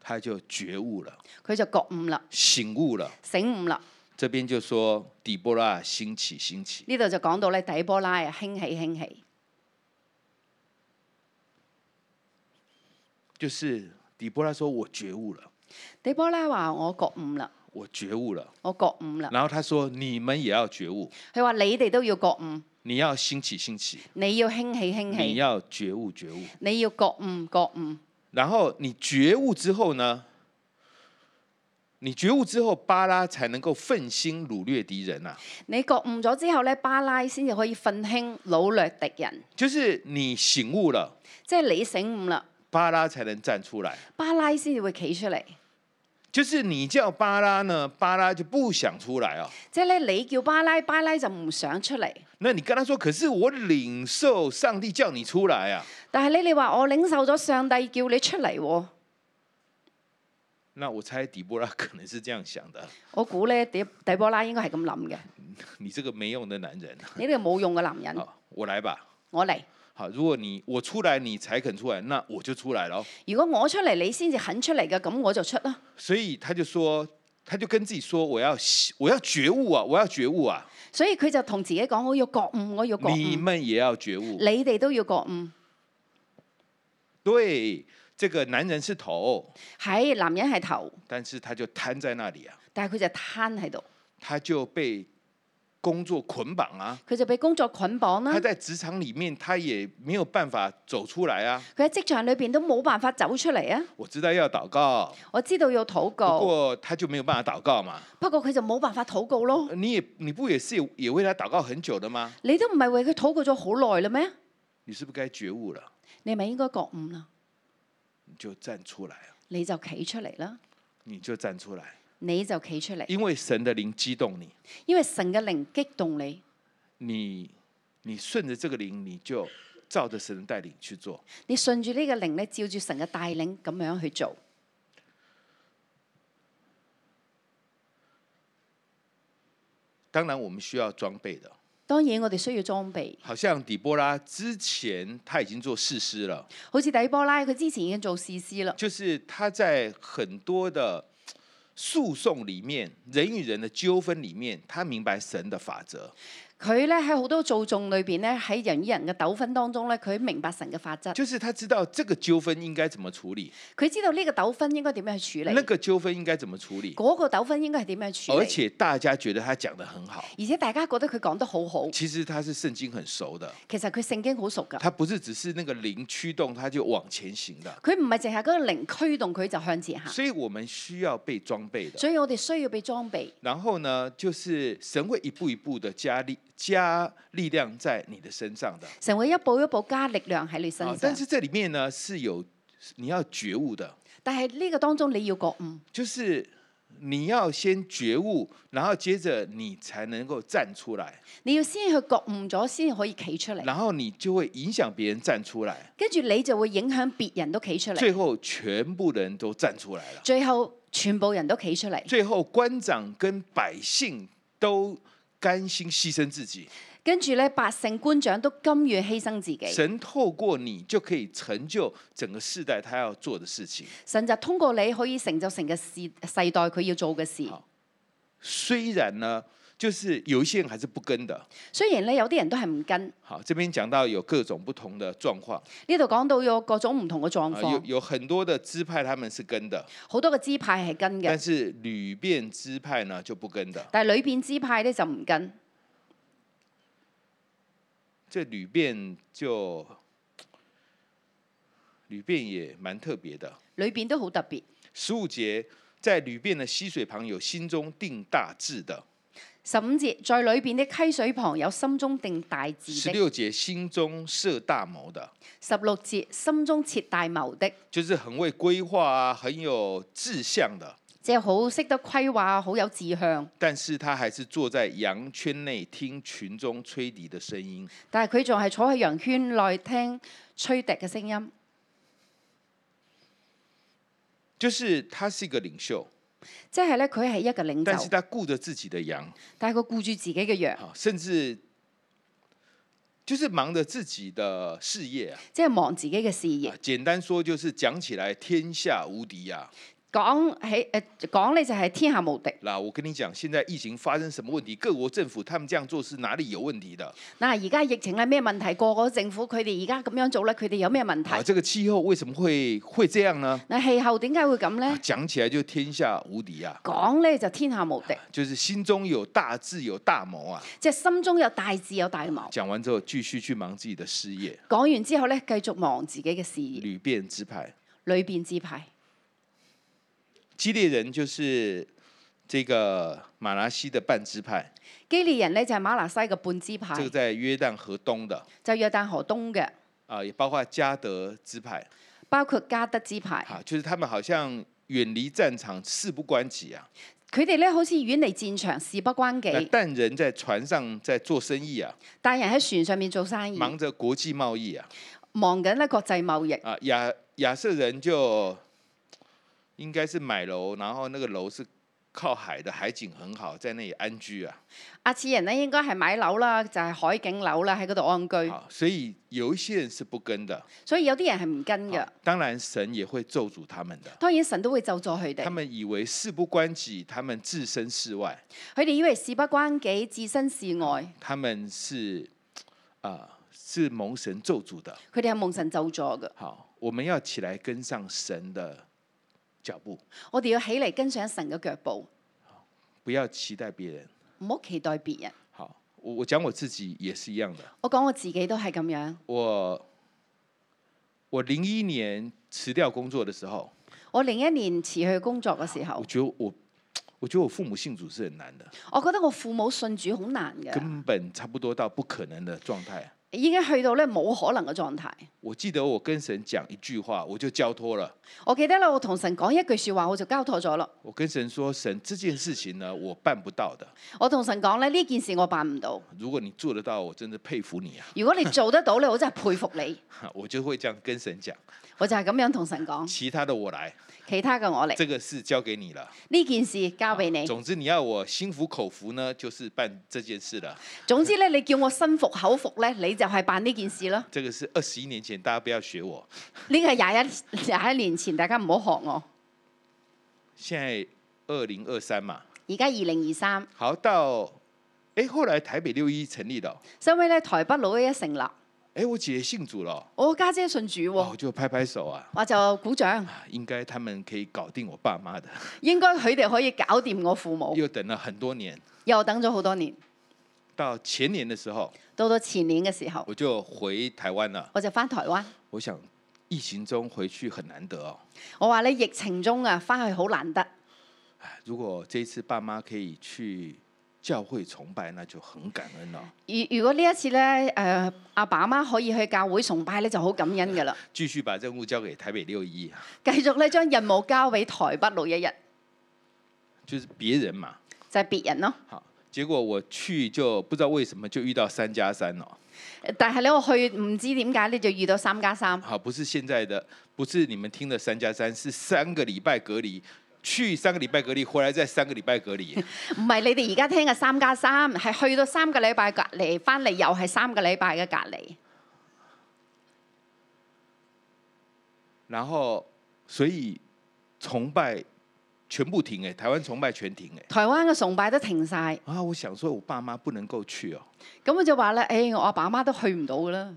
[SPEAKER 2] 他就覺悟了，
[SPEAKER 3] 佢就覺悟啦，
[SPEAKER 2] 醒悟了。
[SPEAKER 3] 醒悟啦。
[SPEAKER 2] 這邊就說底波拉興起，興起。
[SPEAKER 3] 呢度就講到咧底波拉啊，興起興起，
[SPEAKER 2] 就是底波拉說：“我覺悟了，
[SPEAKER 3] 底波拉話我覺悟啦，
[SPEAKER 2] 我覺悟了。
[SPEAKER 3] 我覺悟”啦。
[SPEAKER 2] 然後他說：“你們也要覺悟，
[SPEAKER 3] 佢話你哋都要覺悟，
[SPEAKER 2] 你要興起，興起，
[SPEAKER 3] 你要興起興
[SPEAKER 2] 你
[SPEAKER 3] 起，
[SPEAKER 2] 要覺悟，覺悟。
[SPEAKER 3] 你要覺悟覺悟。
[SPEAKER 2] 然後你覺悟之後呢，你覺悟之後，巴拉才能夠奮心擄掠敵人啊。
[SPEAKER 3] 你覺悟咗之後咧，巴拉先至可以奮興擄掠敵人，
[SPEAKER 2] 就是你醒悟了，
[SPEAKER 3] 即係你醒悟啦，
[SPEAKER 2] 巴拉才能站出來。
[SPEAKER 3] 巴拉先至會企出嚟。
[SPEAKER 2] 就是你叫巴拉呢，巴拉就不想出來啊、
[SPEAKER 3] 即係咧，你叫巴拉，巴拉就唔想出嚟。
[SPEAKER 2] 那你跟他說，可是我領受上帝叫你出來啊。
[SPEAKER 3] 但係咧，你話我領受咗上帝叫你出嚟喎，
[SPEAKER 2] 那我猜底波拉可能是這樣想的：
[SPEAKER 3] 我估咧底底波拉應該係咁諗嘅。
[SPEAKER 2] 你這個沒用的男人，
[SPEAKER 3] 你呢個冇用嘅男人，
[SPEAKER 2] 好，我來吧。
[SPEAKER 3] 我嚟。
[SPEAKER 2] 好，如果你我出來，你才肯出來，那我就出來咯。
[SPEAKER 3] 如果我出嚟，你先至肯出嚟嘅，咁我就出啦。
[SPEAKER 2] 所以他就說，他就跟自己說，我要我要覺悟啊，我要覺悟啊，
[SPEAKER 3] 所以佢就同自己講：我要覺悟，我要覺悟，
[SPEAKER 2] 你
[SPEAKER 3] 你
[SPEAKER 2] 們也要覺悟。
[SPEAKER 3] 哋都要覺悟。
[SPEAKER 2] 對，這個男人是頭，
[SPEAKER 3] 係男人係頭，
[SPEAKER 2] 但是他就癱在那裡啊，
[SPEAKER 3] 但係佢就攤喺度，
[SPEAKER 2] 他就被工作捆綁啊，
[SPEAKER 3] 佢就俾工作捆綁啦
[SPEAKER 2] 他。在職場裡面他也沒有辦法走出來啊。
[SPEAKER 3] 佢喺職場裏邊都冇辦法走出嚟啊！
[SPEAKER 2] 我知道要禱告，
[SPEAKER 3] 我知道要禱
[SPEAKER 2] 不
[SPEAKER 3] 告，
[SPEAKER 2] 過他就沒有辦法禱告嘛。
[SPEAKER 3] 不過佢就冇辦法禱告咯。
[SPEAKER 2] 你也你不也是也也為他禱告很久的嗎？
[SPEAKER 3] 你都唔係為佢禱告咗好耐啦咩？
[SPEAKER 2] 你是不是該覺悟了？
[SPEAKER 3] 你咪應該覺悟啦，
[SPEAKER 2] 你就站出來啊，
[SPEAKER 3] 你就企出嚟啦，
[SPEAKER 2] 你就站出來，
[SPEAKER 3] 你就企出嚟，
[SPEAKER 2] 因為神的靈激動你，
[SPEAKER 3] 因為神嘅靈激動你，
[SPEAKER 2] 你你順着這個靈，你就照着神的帶領去做。
[SPEAKER 3] 你順住呢個靈咧，照住神嘅帶領咁樣去做。
[SPEAKER 2] 當然，我們需要裝備的。
[SPEAKER 3] 當然我哋需要裝備，
[SPEAKER 2] 好像底波拉之前他已經做士師了，
[SPEAKER 3] 好似底波拉佢之前已經做士師啦，
[SPEAKER 2] 就是他在很多的訴訟裡面，人與人的糾紛裡面，他明白神的法則，
[SPEAKER 3] 佢咧喺好多訴訟裏邊咧，喺人與人嘅糾紛當中咧，佢明白神嘅法則，
[SPEAKER 2] 就是他知道這個糾紛應該怎麼處理。
[SPEAKER 3] 佢知道呢個糾紛應該點樣去處理
[SPEAKER 2] 那，個哦糾紛應該怎麼處理，
[SPEAKER 3] 嗰個糾紛應該係點樣處
[SPEAKER 2] 而
[SPEAKER 3] 理。
[SPEAKER 2] 且大家覺得他講得很好。
[SPEAKER 3] 而且大家覺得佢講得好好，
[SPEAKER 2] 其實他是聖經很熟的，
[SPEAKER 3] 其實佢聖經好熟㗎。
[SPEAKER 2] 他不是只是那個靈驅動他就往前行的，
[SPEAKER 3] 佢唔係淨係嗰個靈驅動佢就向前行，
[SPEAKER 2] 所以我們需要被裝備的。
[SPEAKER 3] 所以我哋需要被裝備。
[SPEAKER 2] 然後呢，就是神會一步一步的加力加力量在你的身上的。
[SPEAKER 3] 神會一步一步加力量喺你身
[SPEAKER 2] 啊
[SPEAKER 3] 上，，
[SPEAKER 2] 但是這裡面呢是有你要覺悟的，
[SPEAKER 3] 但係呢個當中你要覺悟，
[SPEAKER 2] 就是你要先覺悟，然後接着你才能夠站出來，
[SPEAKER 3] 你要先去覺悟咗，先可以企出嚟，
[SPEAKER 2] 然後你就會影響別人站出來。
[SPEAKER 3] 跟住你就會影響別人都企出嚟，
[SPEAKER 2] 最後全部人都站出来了，
[SPEAKER 3] 最後全部人都企出嚟，
[SPEAKER 2] 最后官长跟百姓都甘心犧牲自己，
[SPEAKER 3] 跟住咧百姓官長都甘願犧牲自己，
[SPEAKER 2] 神透過你就可以成就整個世代他要做的事情。
[SPEAKER 3] 神就通
[SPEAKER 2] 哦
[SPEAKER 3] 過你可以成就成嘅世世代佢要做嘅事。
[SPEAKER 2] 好雖然呢，就是有一些人还是不跟的。
[SPEAKER 3] 雖然咧有啲人都係唔跟，
[SPEAKER 2] 好，这边讲到有各种不同的状况，
[SPEAKER 3] 呢度講到有各種唔同嘅狀
[SPEAKER 2] 啊、有
[SPEAKER 3] 況，
[SPEAKER 2] 有很多的支派他们是跟的，
[SPEAKER 3] 好多嘅支派係跟
[SPEAKER 2] 但
[SPEAKER 3] 嘅，
[SPEAKER 2] 是吕遍支派呢就不跟的。
[SPEAKER 3] 但係裏邊支派咧就唔跟。
[SPEAKER 2] 这吕遍就吕遍也蛮特别的。
[SPEAKER 3] 裏邊都好特別。
[SPEAKER 2] 十五节，在吕遍的溪水旁有心中定大志的；
[SPEAKER 3] 十五節，在裏邊的溪水旁有心中定大志
[SPEAKER 2] 十
[SPEAKER 3] 的。
[SPEAKER 2] 六节，心中设大谋的，
[SPEAKER 3] 十六節，心中設大謀的，
[SPEAKER 2] 就是很会规划啊，很有志向的。
[SPEAKER 3] 即係好識得規劃，好有志向。
[SPEAKER 2] 但是他还是坐在羊圈内听群中吹笛的声音。
[SPEAKER 3] 但係佢仲係坐喺羊圈內聽吹笛嘅聲音，
[SPEAKER 2] 就是他是一个領袖，
[SPEAKER 3] 即係咧佢係一個
[SPEAKER 2] 但
[SPEAKER 3] 領
[SPEAKER 2] 是
[SPEAKER 3] 袖，
[SPEAKER 2] 他顧着自己的羊，
[SPEAKER 3] 但係佢顧住自己嘅羊，
[SPEAKER 2] 好，甚至就是忙着自己的事业啊。
[SPEAKER 3] 即係忙自己嘅事業
[SPEAKER 2] 啊。简单说就是讲起来天下无敌啊！
[SPEAKER 3] 講喺誒講咧就係天下無敵。
[SPEAKER 2] 那我跟你讲，现在疫情发生什么问题，各国政府他们这样做是哪里有问题的？
[SPEAKER 3] 嗱，而家疫情係咩問題？個個政府佢哋而家咁樣做咧，佢哋有咩問
[SPEAKER 2] 啊，
[SPEAKER 3] 題？
[SPEAKER 2] 这个氣候為什麼會会这樣呢？
[SPEAKER 3] 嗱，氣候點解會咁
[SPEAKER 2] 啊
[SPEAKER 3] 咧？
[SPEAKER 2] 講起來就天下無敵啊，
[SPEAKER 3] 講咧就天下無敵，
[SPEAKER 2] 就是心中有大志有大謀啊。
[SPEAKER 3] 即係心中有大志有大謀。
[SPEAKER 2] 講完之後，繼續去忙自己的事業，
[SPEAKER 3] 講完之後咧，繼續忙自己嘅事業，
[SPEAKER 2] 屡遍支派。
[SPEAKER 3] 裏邊支派。
[SPEAKER 2] 基列人就是这个马拉西的半支派，
[SPEAKER 3] 基列人咧就係馬拿西嘅半支
[SPEAKER 2] 这个
[SPEAKER 3] 派，
[SPEAKER 2] 在约旦河東的
[SPEAKER 3] 就約旦河東嘅，
[SPEAKER 2] 啊，也包括加德支派
[SPEAKER 3] 包括加德支派。
[SPEAKER 2] 啊，就是他们好像遠離戰場，事不關己啊。
[SPEAKER 3] 佢哋咧好似遠離戰場，事不關
[SPEAKER 2] 那
[SPEAKER 3] 己，
[SPEAKER 2] 但人在船上在做生意啊，
[SPEAKER 3] 但人喺船上面做生意，
[SPEAKER 2] 忙着國際貿易啊，
[SPEAKER 3] 忙緊咧國際貿易。
[SPEAKER 2] 啊亚亚瑟人就应该是买楼，然后那个楼是靠海的，海景很好，在那里安居啊。
[SPEAKER 3] 阿次人咧應該係買樓啦，就係、海景樓啦，喺嗰度安居。
[SPEAKER 2] 好，所以有一些人是不跟的，
[SPEAKER 3] 所以有啲人係唔跟嘅
[SPEAKER 2] 好。当然神也会咒诅他们的。
[SPEAKER 3] 當然神都會咒助佢哋
[SPEAKER 2] 他。们以為事不關己，他们置身事外，
[SPEAKER 3] 佢哋以為事不關己，置身事外，
[SPEAKER 2] 他们是啊、是蒙神咒诅的。
[SPEAKER 3] 佢哋係蒙神咒助嘅。
[SPEAKER 2] 好，我们要起来跟上神的脚步，
[SPEAKER 3] 我哋要起嚟跟上神嘅腳步，
[SPEAKER 2] 不要期待别人。
[SPEAKER 3] 唔好期待別人。
[SPEAKER 2] 好，我我讲我自己也是一样的。
[SPEAKER 3] 我講我自己都係咁樣。
[SPEAKER 2] 我我零一年辞掉工作的时候，
[SPEAKER 3] 我零一年辭去工作嘅時
[SPEAKER 2] 我
[SPEAKER 3] 候，
[SPEAKER 2] 觉得我我觉得我父母信主是很难的，
[SPEAKER 3] 我覺得我父母信主好難嘅，
[SPEAKER 2] 根本差不多到不可能的状态。
[SPEAKER 3] 已經去到咧冇可能嘅狀態。
[SPEAKER 2] 我记得我跟神讲一句话，我就交托了。
[SPEAKER 3] 我記得咧，我同神講一句説話，我就交託咗咯。
[SPEAKER 2] 我跟神说：“神，这件事情呢，我办不到的。
[SPEAKER 3] 我同神講咧，呢件事我辦唔到。
[SPEAKER 2] 如果你做得到，我真的佩服你啊
[SPEAKER 3] 如果你做得到咧，我真係佩服你。！”
[SPEAKER 2] 我就会这样跟神讲，
[SPEAKER 3] 我就係咁樣同神講，
[SPEAKER 2] 其他的我来，
[SPEAKER 3] 其他嘅我嚟，
[SPEAKER 2] 这个事交给你了。
[SPEAKER 3] 呢件事交俾你。
[SPEAKER 2] 总之，你要我心服口服呢，就是办这件事了。
[SPEAKER 3] 總之咧，你叫我心服口服咧，你就係辦呢件事啦。
[SPEAKER 2] 这个是二十一年前，大家不要学我。
[SPEAKER 3] 呢個係廿一廿一年前，大家唔好學我。
[SPEAKER 2] 现在二零二三嘛，
[SPEAKER 3] 而家二零二三，
[SPEAKER 2] 好到，哎，后来台北六一成立了哦，
[SPEAKER 3] 收尾咧台北佬一成立，
[SPEAKER 2] 哎，我姐姐信主了哦，
[SPEAKER 3] 我家姐信主
[SPEAKER 2] 哦
[SPEAKER 3] 喎
[SPEAKER 2] 我，就拍拍手啊，
[SPEAKER 3] 我就鼓掌，
[SPEAKER 2] 啊应该他们可以搞定我爸妈的。
[SPEAKER 3] 應該佢哋可以搞掂我父母。
[SPEAKER 2] 又等了很多年，
[SPEAKER 3] 又等咗好多年，
[SPEAKER 2] 到前年的时候，
[SPEAKER 3] 到到前年嘅時候，
[SPEAKER 2] 我就回台湾了。
[SPEAKER 3] 我就翻台灣。
[SPEAKER 2] 我想，疫情中回去很难得哦。
[SPEAKER 3] 我話咧疫情中啊，翻去好難得。
[SPEAKER 2] 哎如果这一次爸妈可以去教会崇拜，那就很感恩了。
[SPEAKER 3] 如如果呢一次咧，誒、阿爸阿媽可以去教會崇拜咧，就好感恩噶啦。
[SPEAKER 2] 继续把任务交给台北六一，啊
[SPEAKER 3] 繼續咧將任務交俾台北六一日，
[SPEAKER 2] 就是别人嘛。
[SPEAKER 3] 就係、別人咯。
[SPEAKER 2] 好，结果我去就不知道为什么就遇到三加三哦。
[SPEAKER 3] 但係咧，我去唔知點解咧，就遇到三加三，
[SPEAKER 2] 好，不是现在的，不是你们听的三加三，是三个礼拜隔离，去三个礼拜隔离，回来再三个礼拜隔离。
[SPEAKER 3] 唔係你哋而家聽嘅三加三，係去到三個禮拜隔離，翻嚟又係三個禮拜嘅隔離。
[SPEAKER 2] 然后，所以崇拜全部停哎、台灣崇拜全停哎、
[SPEAKER 3] 台灣嘅崇拜都停晒，
[SPEAKER 2] 啊，我想說我爸媽不能夠去哦，
[SPEAKER 3] 咁我就話咧，誒、我阿爸阿媽都去唔到噶啦。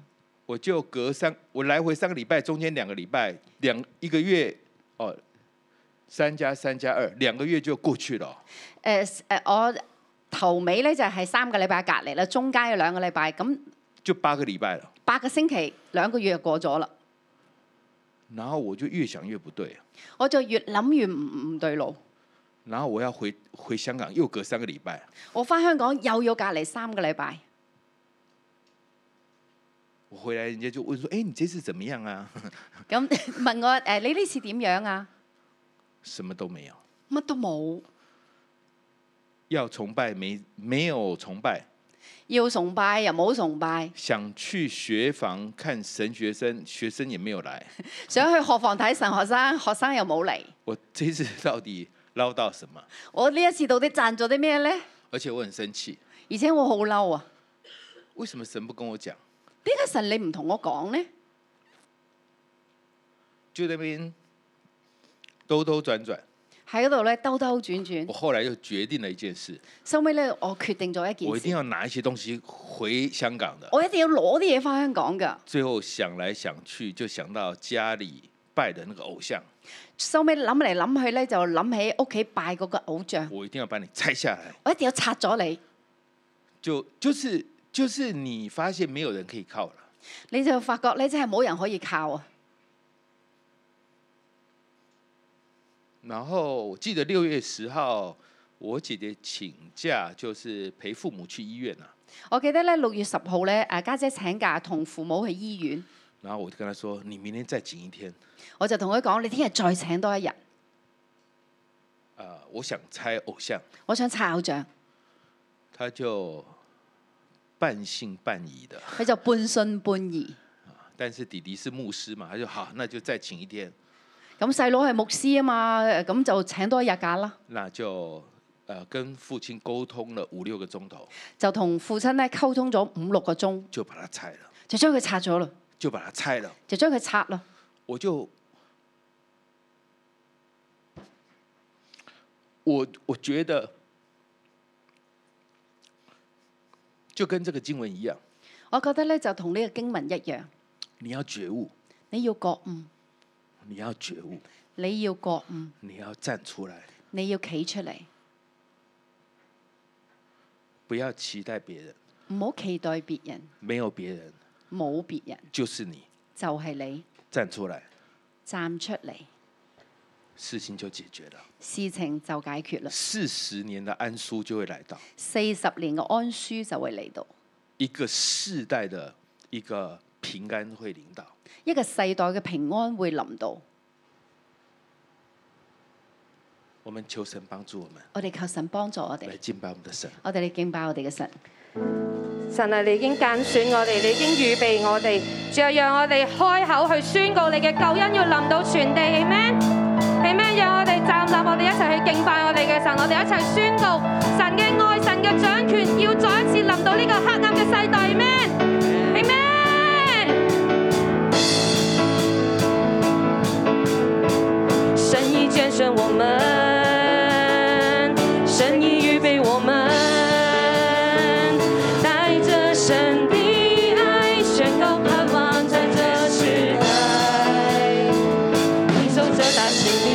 [SPEAKER 2] 我就隔三我來回三個禮拜，中間兩個禮拜兩一個月哦，三加三加二兩個月就過去了哦。
[SPEAKER 3] 誒誒、我頭尾咧就係、三個禮拜隔離啦，中間有兩個禮拜，咁
[SPEAKER 2] 就八個禮拜了。
[SPEAKER 3] 八個星期兩個月就過咗啦。
[SPEAKER 2] 然後我就越想越不對，
[SPEAKER 3] 我就越諗越唔唔對路。
[SPEAKER 2] 然後我要回回香港，又隔三個禮拜，
[SPEAKER 3] 我翻香港又要隔離三個禮拜，
[SPEAKER 2] 我回來人家就問說：“哎、你這次怎麼樣啊
[SPEAKER 3] 咁問我誒、你呢次點樣啊？？”
[SPEAKER 2] 什麼都沒有，
[SPEAKER 3] 乜都冇，
[SPEAKER 2] 要崇拜沒沒有崇拜，
[SPEAKER 3] 要崇拜又冇崇拜，
[SPEAKER 2] 想去學房看神學生，學生也沒有來。
[SPEAKER 3] 想去學房睇神學生，學生又冇嚟。
[SPEAKER 2] 我這次到底撈到什麼？
[SPEAKER 3] 我呢一次到底賺咗啲咩呢？
[SPEAKER 2] 而且我很生氣，
[SPEAKER 3] 而且我好嬲啊！
[SPEAKER 2] 為什麼神不跟我講？
[SPEAKER 3] 點解神你唔同我講呢？
[SPEAKER 2] 就在那邊兜兜轉轉。
[SPEAKER 3] 喺嗰度咧兜兜轉轉
[SPEAKER 2] 我，後來就決定了一件事，
[SPEAKER 3] 收尾咧我決定咗一
[SPEAKER 2] 我一
[SPEAKER 3] 件事，
[SPEAKER 2] 定要拿一些東西回香港的。
[SPEAKER 3] 我一定要攞啲嘢翻香港㗎。
[SPEAKER 2] 最後想來想去，就想到家裡拜的那個偶像，
[SPEAKER 3] 收尾諗嚟諗去咧，就諗起屋企拜嗰個偶像，
[SPEAKER 2] 我一定要把你拆下來。
[SPEAKER 3] 我一定要拆咗你，
[SPEAKER 2] 就就是就是你發現沒有人可以靠了，
[SPEAKER 3] 你就發覺咧真係冇人可以靠啊！
[SPEAKER 2] 然後我記得六月十號，我姐姐請假，就是陪父母去醫院啊。
[SPEAKER 3] 我記得咧六月十號咧，誒家姐請假同父母去醫院，
[SPEAKER 2] 然後我就跟她說：“你明天再請一天。
[SPEAKER 3] 我就同佢講：你聽日再請多一日，
[SPEAKER 2] 呃”我想拆偶像，
[SPEAKER 3] 我想拆偶像。
[SPEAKER 2] 她就半信半疑的。
[SPEAKER 3] 佢就半信半疑。
[SPEAKER 2] 但是弟弟是牧師嘛，他就好，那就再請一天，
[SPEAKER 3] 咁細佬係牧師啊嘛，誒咁就請多一日假啦，
[SPEAKER 2] 那就呃跟父親溝通了五六個鐘頭，
[SPEAKER 3] 就同父親咧溝通咗五六個鐘，
[SPEAKER 2] 就把它拆了，
[SPEAKER 3] 就將佢拆咗啦，
[SPEAKER 2] 就把它拆了，
[SPEAKER 3] 就將佢拆啦。
[SPEAKER 2] 我就我我觉得就跟这个经文一樣，
[SPEAKER 3] 我覺得咧就同呢個經文一樣，
[SPEAKER 2] 你要覺悟，
[SPEAKER 3] 你要覺悟，
[SPEAKER 2] 你要覺悟，
[SPEAKER 3] 你要覺悟，
[SPEAKER 2] 你要站出來，
[SPEAKER 3] 你要企出嚟，
[SPEAKER 2] 不要期待別人，
[SPEAKER 3] 唔好期待別人，
[SPEAKER 2] 沒有別人
[SPEAKER 3] 冇別人，
[SPEAKER 2] 就是你，
[SPEAKER 3] 就係你
[SPEAKER 2] 站出來，
[SPEAKER 3] 站出嚟，
[SPEAKER 2] 事情就解決了。
[SPEAKER 3] 事情就解決啦。
[SPEAKER 2] 四十年的安舒就会来到，
[SPEAKER 3] 四十年嘅安舒就會嚟到，
[SPEAKER 2] 一个世代的一个平安会领导。
[SPEAKER 3] 一個世代嘅平安會臨到。
[SPEAKER 2] 我们求神帮助我们，
[SPEAKER 3] 我哋求神幫助我
[SPEAKER 2] 来
[SPEAKER 3] 哋，
[SPEAKER 2] 敬拜我们的神。
[SPEAKER 3] 我哋嚟敬拜我哋嘅神。
[SPEAKER 4] 神啊，你已經揀選我哋，你已經預備我哋，主啊，讓我哋開口去宣告你嘅救恩要臨到全地，amen。amen。讓我哋站立，我哋一齊去敬拜我哋嘅神，我哋一齊宣告神嘅愛、神嘅掌權要再一次臨到呢個黑暗嘅世代，amen。amen。神已拣选我们，神已预备我们，带着神的爱宣告盼望，在这时代，领受这大使命，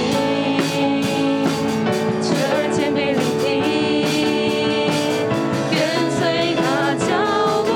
[SPEAKER 4] 侧耳谦卑聆听，跟随他脚步，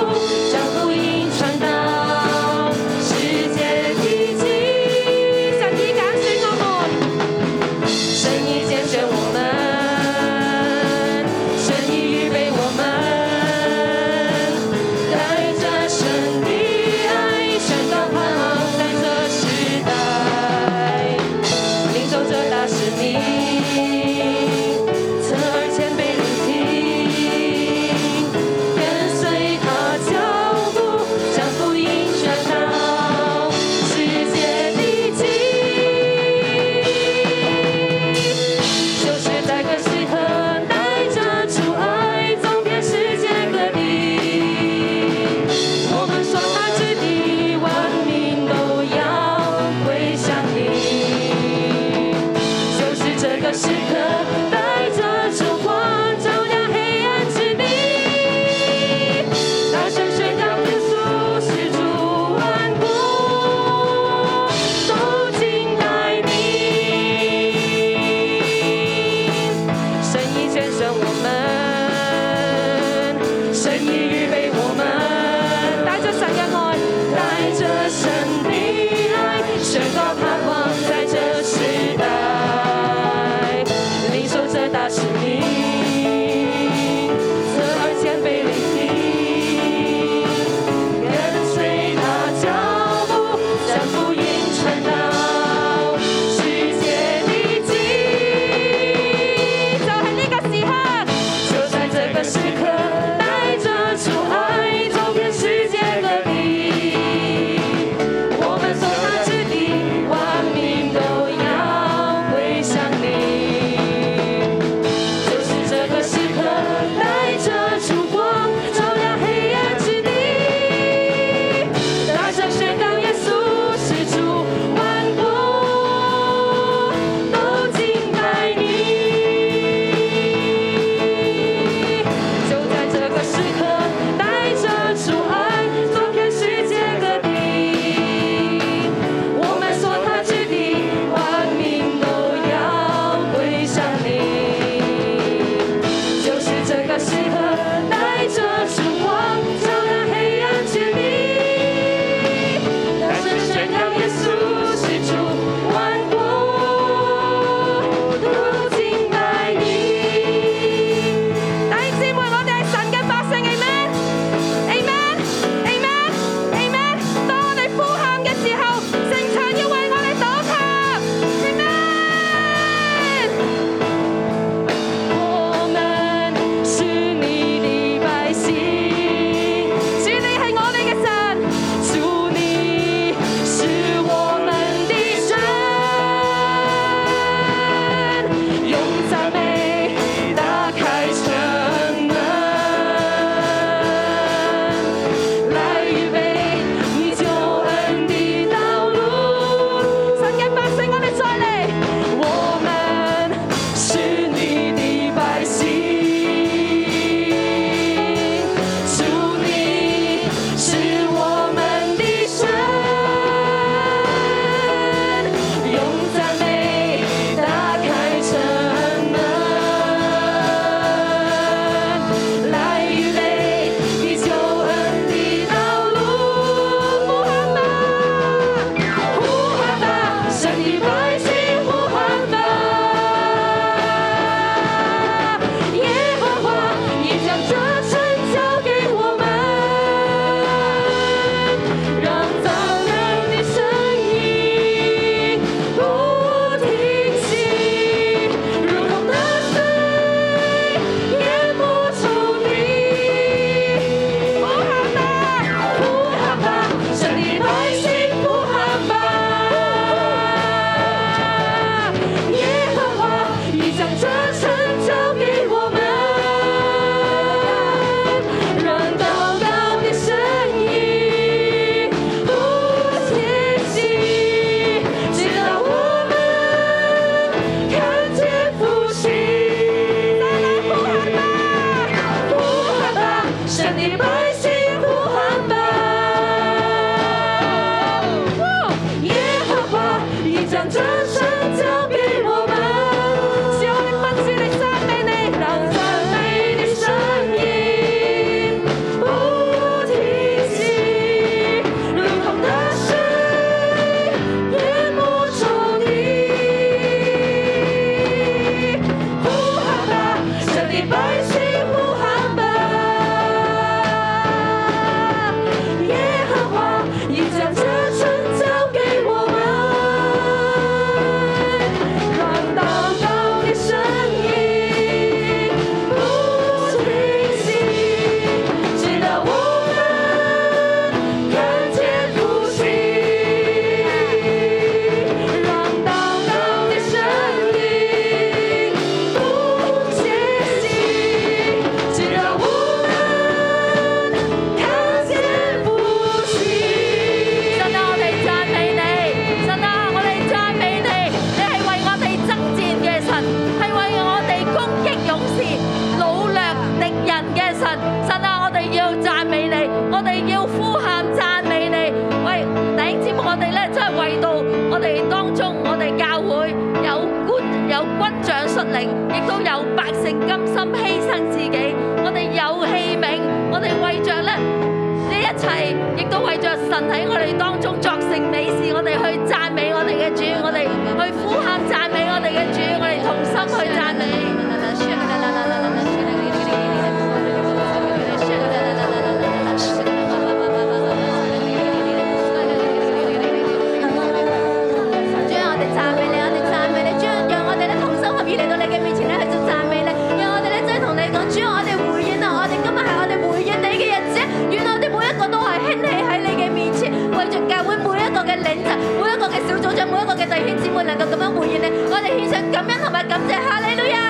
[SPEAKER 5] 係亦都為着神喺我哋當中作成美事，我哋去讚美我哋嘅主，我哋去呼喊讚美我哋嘅主，我哋同心去讚美。主啊，我哋讚美你，我哋讚美你，主啊，讓我哋咧同心合意嚟到你嘅面前咧去做讚美你，讓我哋咧真係同你講，主啊，我哋回應啊，我哋今日係我哋回應你嘅日子，願我哋每一個都係興起喺你嘅面前，為着教會每一個嘅領袖、每一個嘅小組長、每一個嘅弟兄姊妹能夠咁樣回應你，我哋獻上感恩同埋感謝，哈利路亞！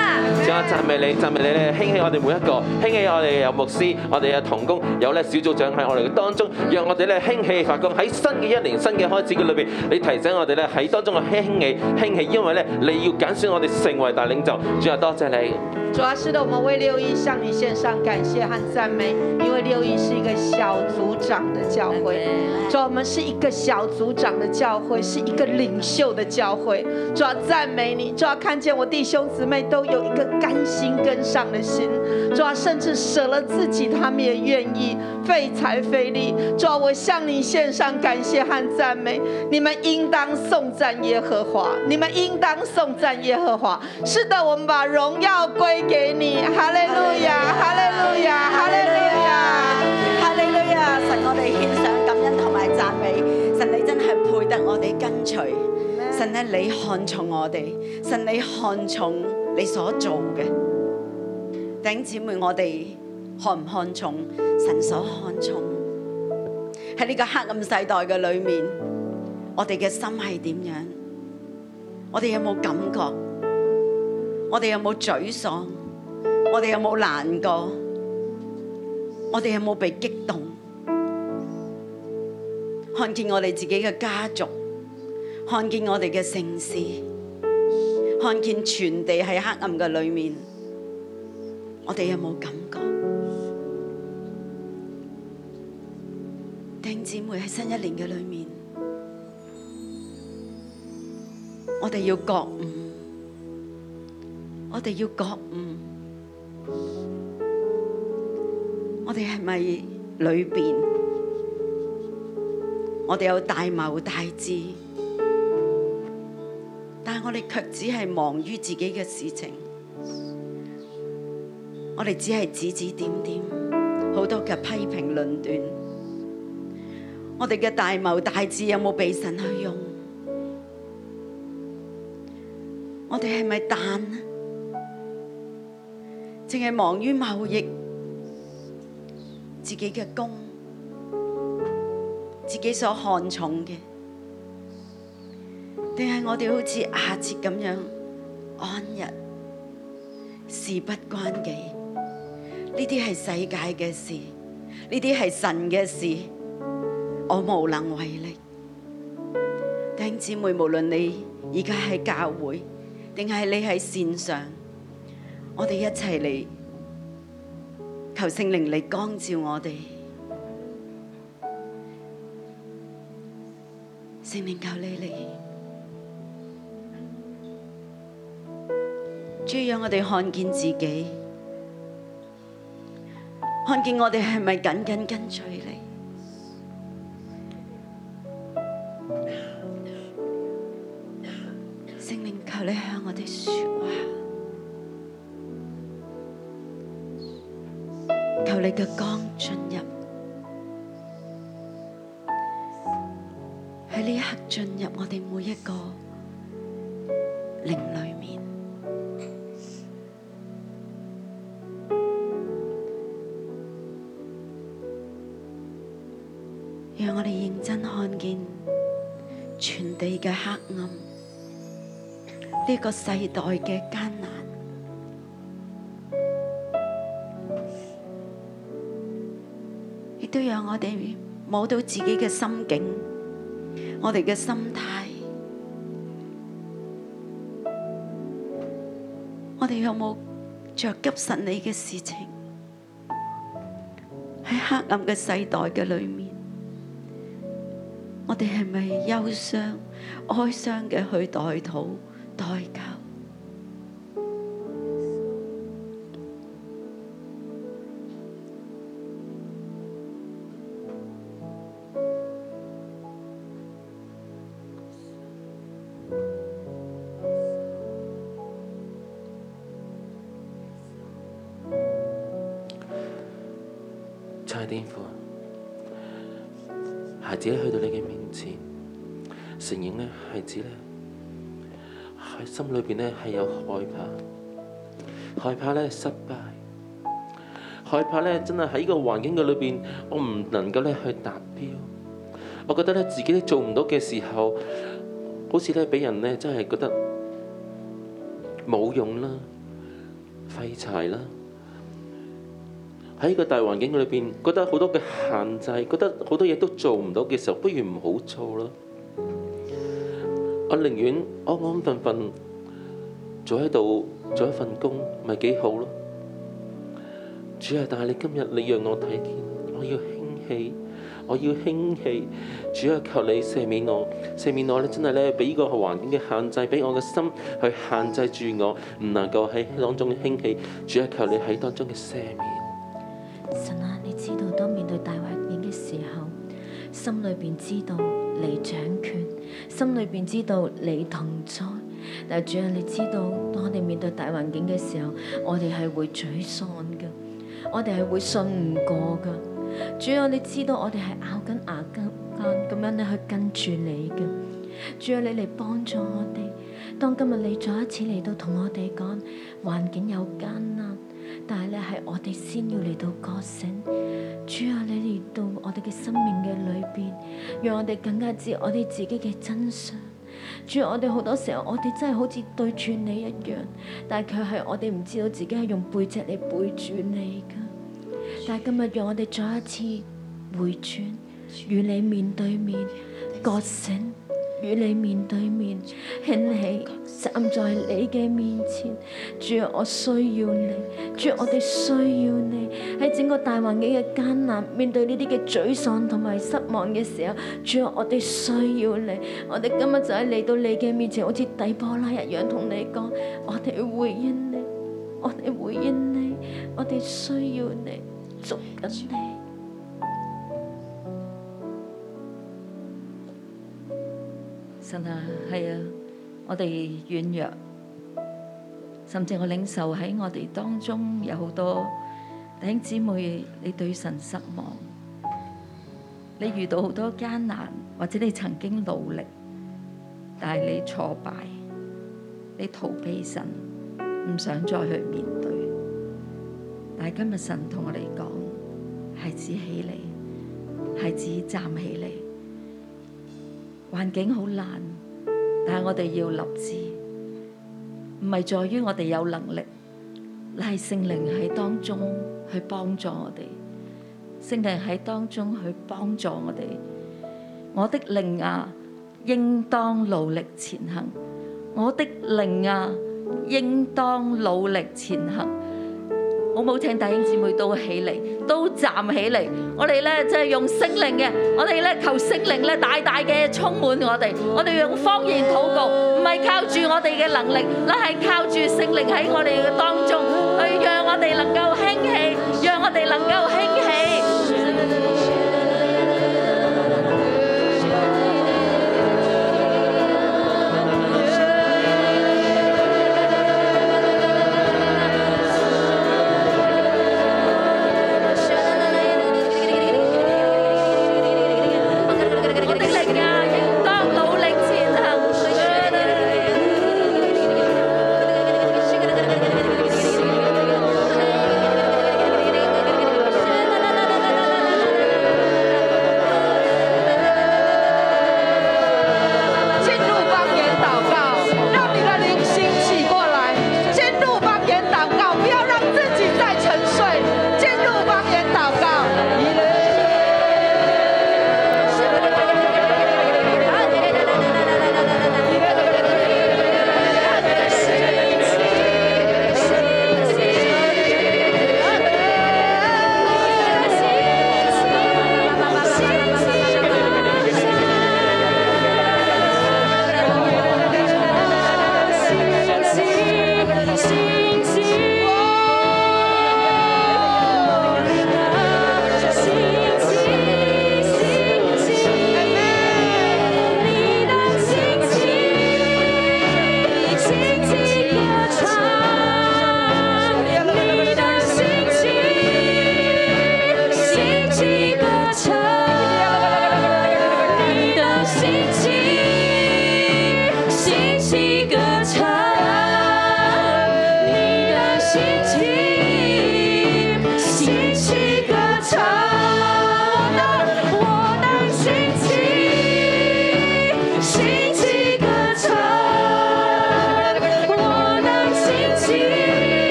[SPEAKER 6] 主啊，讚美你，讚美你咧，興起我哋每一個，興起我哋有牧師，我哋有童工，有咧小組長喺我哋嘅當中，讓我哋咧興起發光喺新嘅一年、新嘅開始嘅裏邊，你提醒我哋咧喺當中嘅興起、興起，因為咧你要揀選我哋成為大領袖。主啊，多謝你，
[SPEAKER 7] 主要是的，我们为六一向你献上感谢和赞美，因为六一是一个小组长的教会。主啊，我们是一个小组长的教会，是一个领袖的教会。主要赞美你，主要啊看见我弟兄姊妹都有一个甘心跟上的心，主要甚至舍了自己，他们也愿意费财费力。主啊，我向你献上感谢和赞美，你们应当颂赞耶和华，你们应当颂赞耶和华。是的，我们把荣耀归给你，哈利路亚，哈利路亚，哈利路亚。
[SPEAKER 1] 哈利路亞！神，我哋獻上感恩同埋讚美。神，你真係配得我哋跟隨。神咧，你看重我哋，神你看重你所做嘅。弟兄姊妹，我哋看唔看重神所看重？喺呢個黑暗世代嘅裏面，我哋嘅心係點樣？我哋有冇感覺？我哋有冇沮喪？我哋有冇難過？我哋有冇被激動？看見我哋自己嘅家族，看見我哋嘅城市，看見全地喺黑暗嘅裏面，我哋有冇感覺？弟兄姊妹喺新一年嘅裏面，我哋要覺悟，我哋要覺悟。我哋係咪裏邊？我哋有大謀大志，但係我哋卻只係忙於自己嘅事情，我哋只係指指點點，好多嘅批評論斷。我哋嘅大謀大志有冇被神去用？我哋係咪淡啊？淨係忙於貿易？自己嘅工，自己所看重嘅，定係我哋好似亞設咁樣安逸，事不關己。呢啲係世界嘅事，呢啲係神嘅事，我無能為力。弟兄姊妹，無論你而家喺教會，定係你喺線上，我哋一齊嚟。求聖靈你光照我哋，聖靈求你嚟，主要讓我哋看見自己，看見我哋係咪緊緊跟隨你？聖靈求你向我哋説話。求你嘅光進入，喺呢一刻進入我哋每一個靈裏面。讓我哋認真看見全地嘅黑暗，呢、個世代嘅艱難。亦都讓我哋摸到自己嘅心境，我哋嘅心態，我哋有冇着急實你嘅事情？喺黑暗嘅世代嘅裏面，我哋係咪憂傷、哀傷嘅去代禱、代求？
[SPEAKER 6] 天父啊，孩子咧去到你嘅面前，承認咧孩子咧喺心裏邊咧係有害怕，害怕咧失敗，害怕咧真係喺呢個環境嘅裏邊，我唔能夠咧去達標，我覺得咧自己都做唔到嘅時候，好似咧俾人咧真係覺得冇用啦，廢柴啦。喺個大環境裏邊，覺得好多嘅限制，覺得好多嘢都做唔到嘅時候，不如唔好做啦。我寧願安安分分做喺度做一份工，咪幾好咯。主啊，但係你今日你讓我睇見，我要興起，我要興起。主啊，求你赦免我，赦免我咧，真係咧俾呢個環境嘅限制，俾我嘅心去限制住我，唔能夠喺當中興起。主啊，求你喺當中嘅赦免。
[SPEAKER 5] 神啊，你知道當面對大環境嘅時候，心裏邊知道你掌權，心裏邊知道你同在。但係主啊，你知道當我哋面對大環境嘅時候，我哋係會沮喪嘅，我哋係會信唔過噶。主啊，你知道我哋係咬緊牙根咁樣咧去跟住你嘅。主啊，你嚟幫助我哋。當今日你再一次嚟到同我哋講，環境有艱難。但係咧係我哋先要嚟到覺醒，主啊，你嚟到我哋嘅生命嘅裏邊，讓我哋更加知我哋自己嘅真相。主啊，我哋好多時候，我哋真係好似對住你一樣，但係佢係我哋唔知道自己係用背脊嚟背住你噶。但係今日讓我哋再一次回轉，與你面對面覺醒。與你面對面興起，站在你嘅面前，主啊，我需要你，主啊，我哋需要你喺整個大環境嘅艱難，面對呢啲嘅沮喪同埋失望嘅時候，主啊，我哋需要你，我哋今日就係嚟到你嘅面前，好似底波拉一樣同你講，我哋回應你，我哋回應你，我哋需要你，捉緊你。
[SPEAKER 8] 神啊，係啊，我哋軟弱，甚至我領受喺我哋當中有好多弟兄姊妹，你對神失望，你遇到好多艱難，或者你曾經努力，但係你挫敗，你逃避神，唔想再去面對。但係今日神同我哋講，孩子起嚟，孩子站起嚟。環境好難，但係我哋要立志，唔係在於我哋有能力，而係聖靈喺當中去幫助我哋，聖靈喺當中去幫助我哋。我的靈啊，應當努力前行；我的靈啊，應當努力前行。好唔好？請弟兄姊妹都起嚟，都站起嚟。我哋咧即係用聖靈嘅，我哋咧求聖靈咧大大嘅充滿我哋。我哋用方言禱告，唔係靠住我哋嘅能力，乃係靠住聖靈喺我哋嘅當中，去讓我哋能夠興起，讓我哋能夠興起。我的力啊，應當努力前行。
[SPEAKER 4] Thank you.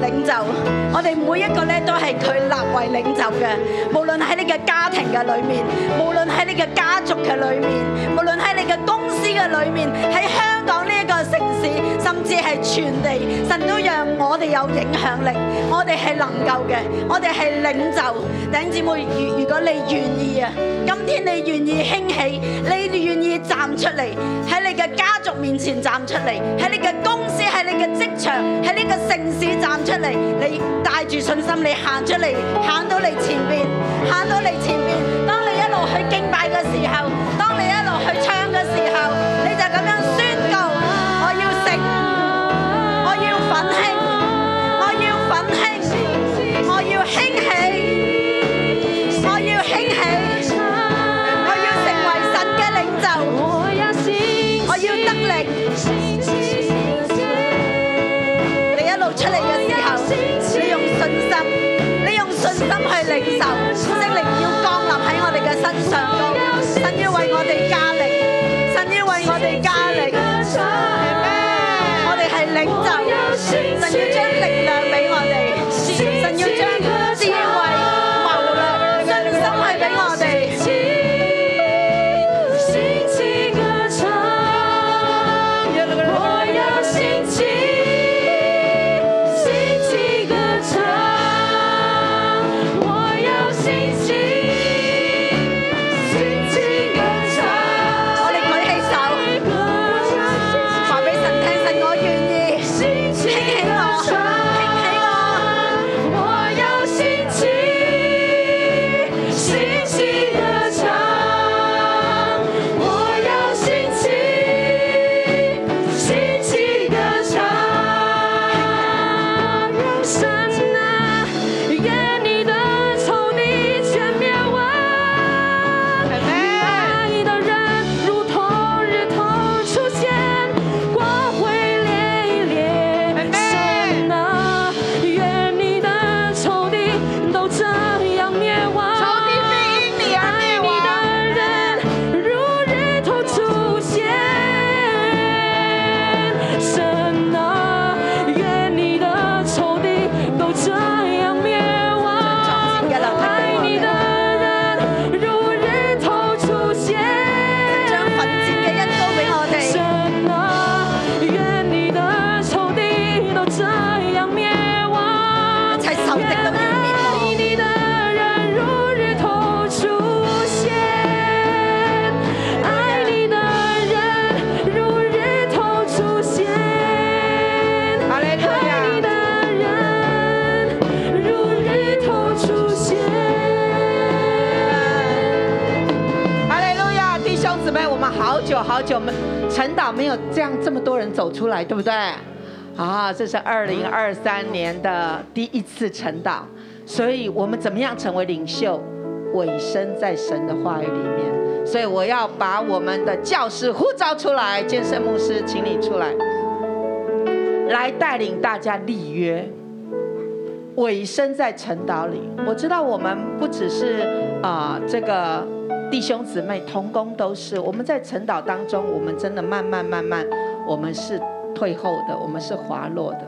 [SPEAKER 9] 領袖，我哋每一個咧都係佢立為領袖嘅。無論喺你嘅家庭嘅裏面，無論喺你嘅家族嘅裏面，無論喺你嘅公司嘅裏面，喺香港呢一個城市，甚至係全地，神都讓我哋有影響力。我哋係能夠嘅，我哋係領袖。弟兄姊妹，如如果你願意啊，今天你願意興起，你願意站出嚟喺你嘅家族面前站出嚟，喺你嘅公司喺你嘅職場喺呢個城市站出嚟，你帶住信心，你行出嚟，行到你前邊，行到你前邊。當你一路去敬拜嘅時候，當你一路去唱嘅時候，你就咁樣宣告：我要醒，我要奮興，我要奮興，我要興起，我要興起，我要成為神嘅領袖，我要得力。你一路出嚟嘅時候，你用信心，你用信心去領受，聖靈要降臨喺我哋嘅身上高，神要為我哋加力，神要為我哋加力，我哋係領袖，神要將力量俾我哋，神要將智慧、謀略、信心去俾我哋。我哋舉起手，話俾神聽，神我願意，興起我，興起我，我要興起，興起歌唱，我要興起，興起歌唱，讓神啊，願你的仇敵全滅亡。愛的人如同日头出现，光辉烈烈。神啊，愿你的仇敌都这样灭亡。仇敌因你而灭亡。爱你的人如日头出现，神啊，愿你的仇敌都这样灭亡。爱你的人如日头出现。将焚箭嘅恩膏俾我哋。神啊，愿你的仇敌都这样灭亡。一切仇敌都要灭亡。爱你的人如日头出现，爱你的人如日头出现。爱你的人如日头出现。
[SPEAKER 7] 哈利路亚，弟兄姊妹，我们好久好久没陈导没有这样这么多人走出来，对不对？啊，这是二零二三年的第一次陈导，所以我们怎么样成为领袖？委身在神的话语里面，所以我要把我们的教师呼召出来，健身牧师，请你出来，来带领大家立约。尾声在晨祷里。我知道我们不只是啊、这个弟兄姊妹同工都是，我们在晨祷当中，我们真的慢慢慢慢，我们是退后的，我们是滑落的，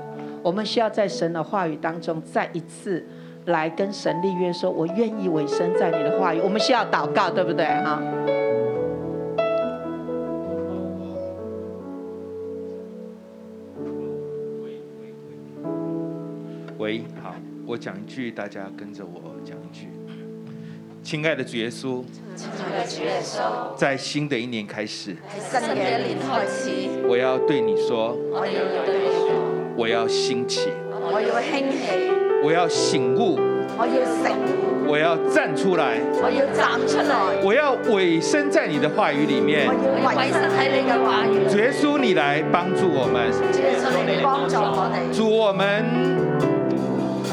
[SPEAKER 7] 我们需要在神的话语当中再一次。来跟神立约说，我愿意委身在你的话语。我们需要祷告，对不对哈？
[SPEAKER 2] 喂，好，我讲一句，大家跟着我讲一句。亲爱的主耶稣，在新的一年开始，我要对你说，我要兴起，我要醒悟，我要站出来，我要委身在你的话语里面。主耶稣，你来帮助我们，主我们，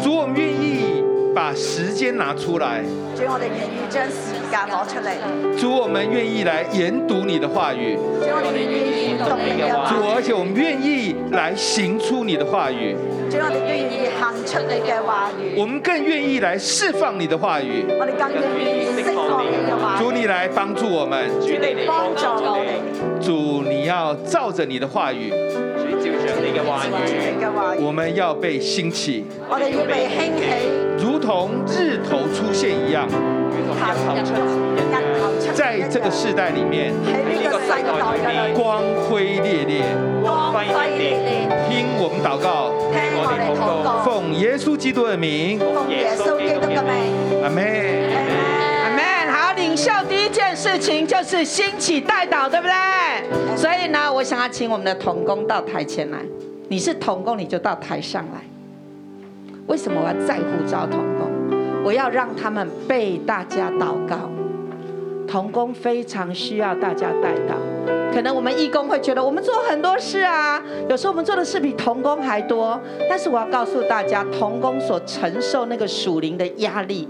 [SPEAKER 2] 主我们愿意把时间拿出来，主我们愿意来研读你的话语，主而且我们愿意来行出你的话语，我们更愿意来释放你的话语。主你来帮助我们，
[SPEAKER 9] 主你幫助我哋，
[SPEAKER 2] 主你要照着你的话语，
[SPEAKER 6] 主照着你你嘅話語，
[SPEAKER 9] 你嘅話
[SPEAKER 2] 我
[SPEAKER 9] 語，
[SPEAKER 2] 们要被兴起，
[SPEAKER 9] 我哋要被興起，
[SPEAKER 2] 如同日头出现一样，
[SPEAKER 6] 如同日頭出
[SPEAKER 9] 日頭出
[SPEAKER 2] 在這個世代里面，
[SPEAKER 9] 喺呢個世代嘅裏，
[SPEAKER 2] 光輝烈烈。
[SPEAKER 9] 光輝烈烈，
[SPEAKER 2] 聽我們禱告，
[SPEAKER 9] 聽我哋禱告，
[SPEAKER 2] 奉耶穌基督的名，
[SPEAKER 9] 奉耶穌基督嘅名，
[SPEAKER 2] 阿門。
[SPEAKER 9] 阿門
[SPEAKER 7] 阿 man 好，领袖第一件事情就是兴起代祷，对不对？所以呢，我想要请我们的童工到台前来。你是童工，你就到台上来。为什么我要在乎招童工？我要让他们被大家祷告。童工非常需要大家带到。可能我们义工会觉得我们做很多事啊，有时候我们做的事比童工还多。但是我要告诉大家，童工所承受那个属灵的压力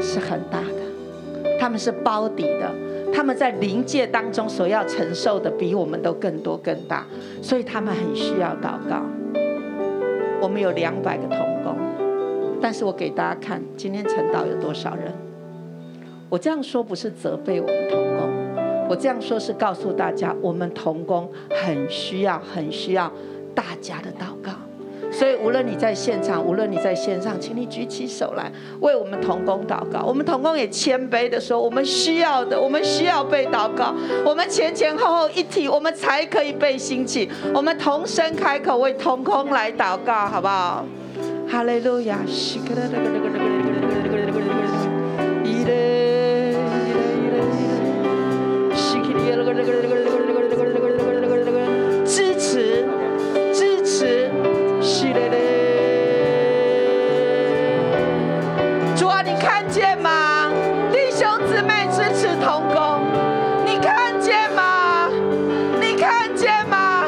[SPEAKER 7] 是很大的，他们是包底的，他们在灵界当中所要承受的比我们都更多更大，所以他们很需要祷告。我们有两百个童工，但是我给大家看今天晨祷有多少人。我这样说不是责备我们童工，我这样说是告诉大家，我们童工很需要、很需要大家的祷告。所以，无论你在现场，无论你在线上，请你举起手来为我们童工祷告。我们童工也谦卑的说，我们需要的，我们需要被祷告。我们前前后后一体，我们才可以被兴起。我们同声开口为童工来祷告，好不好？哈利路亚！支持，支持，是的嘞。主啊，你看见吗？弟兄姊妹支持同工，你看见吗？你看见吗？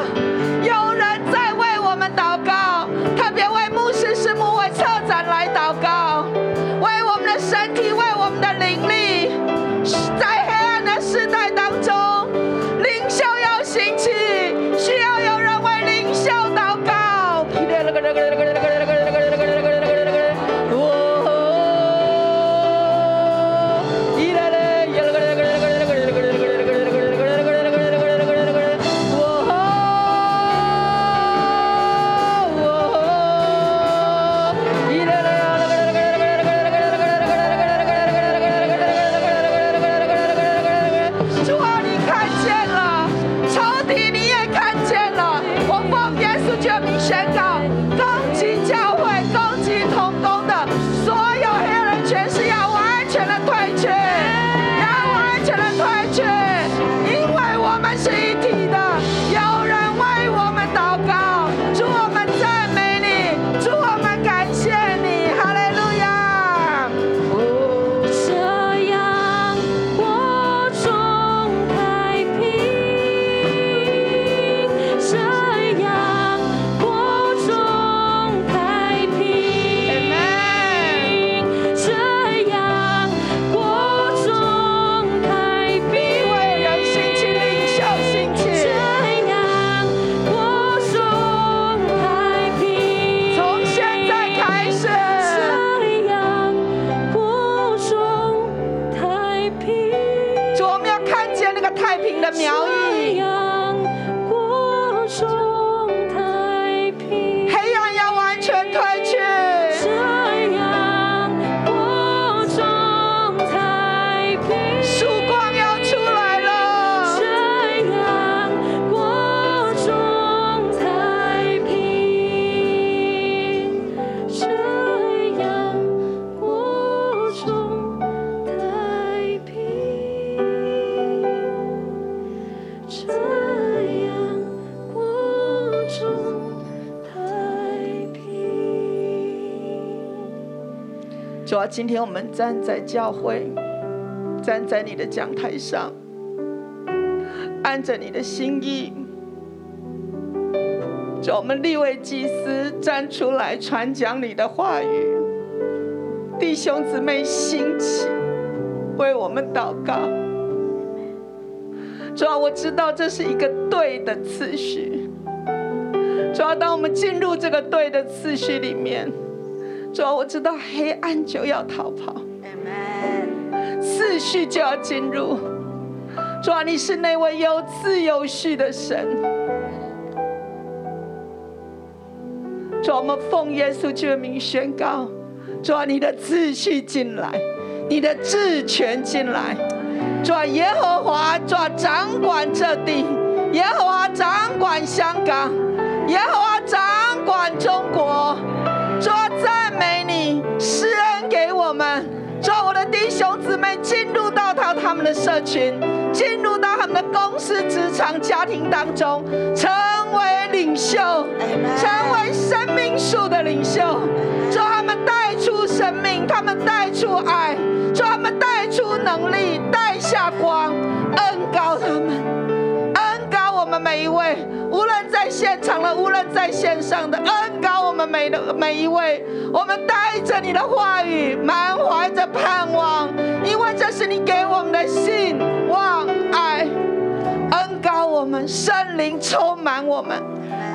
[SPEAKER 7] 有人在为我们祷告，特别为牧师、师母、为策展来祷告，为我们的身体，为我们的灵力。在黑暗的时代当中，领袖要兴起，需要有人为领袖祷告。主啊，你看见了，仇敌你也看见了。我奉耶稣救名宣告，攻击教会、攻击同工的所有黑人权势，要我安全的退去，让我安全的退去，因为我们是一体的。有人为我们祷告，祝我们赞美你，祝我们感谢你，哈利路亚。
[SPEAKER 4] 这样，火中太平；这样，火中太平；这样，火中太
[SPEAKER 7] 因
[SPEAKER 4] 平。
[SPEAKER 7] 为人兴起，领袖兴起
[SPEAKER 4] 这。样，火中太平。
[SPEAKER 7] 从现在开始，
[SPEAKER 4] 这样，火中太平。
[SPEAKER 7] 主，我们要看见那个太平的苗
[SPEAKER 4] 太
[SPEAKER 7] 裔，
[SPEAKER 4] 阳光中太平，
[SPEAKER 7] 黑暗要完全退去。
[SPEAKER 4] 这样光中太平，
[SPEAKER 7] 曙光要出来了，
[SPEAKER 4] 这样光中太平，这样光中太平。这样光中太平。
[SPEAKER 7] 主啊，今天我们站在教会，站在你的讲台上，按着你的心意，主啊，我们立位祭司站出来传讲你的话语，弟兄姊妹兴起，为我们祷告。主啊，我知道这是一个对的次序。主啊，当我们进入这个对的次序里面，主啊，我知道黑暗就要逃跑，次序就要进入。主啊，你是那位有次有序的神。主啊，我们奉耶稣基督的名宣告，主啊，你的秩序进来，你的治权进来。主啊，耶和华，主啊，掌管这地，耶和华掌管香港，耶和华掌管中国。主啊，赞美你，施恩给我们。主啊，我的弟兄姊妹进入到他他们的社群，进入到他们的公司、职场、家庭当中，成为领袖，成为生命树的领袖。主啊，他们带出生命，他们带出爱，主啊，他们带出能力，带下光，恩高他们。恩高我们每一位，无论在现场的，无论在线上的，恩高我们每的每一位。我们带着你的话语，满怀着盼望，因为这是你给我们的信望爱。恩高我们，圣灵充满我们，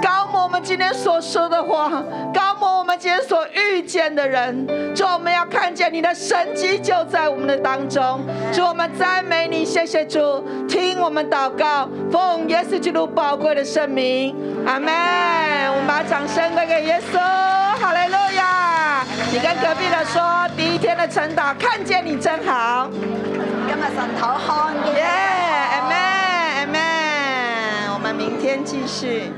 [SPEAKER 7] 高摩我们今天所说的话，高摩我们今天所遇见的人，主我们要看见你的神迹就在我们的当中，主我们赞美你，谢谢主，听我们祷告，奉耶稣基督宝贵的圣名，阿门。我们把掌声归给耶稣，哈利路亚！你跟隔壁的说，第一天的晨祷，看见你真好。
[SPEAKER 9] 今日神頭看見
[SPEAKER 7] 耶，阿门，阿门。我们明天继续。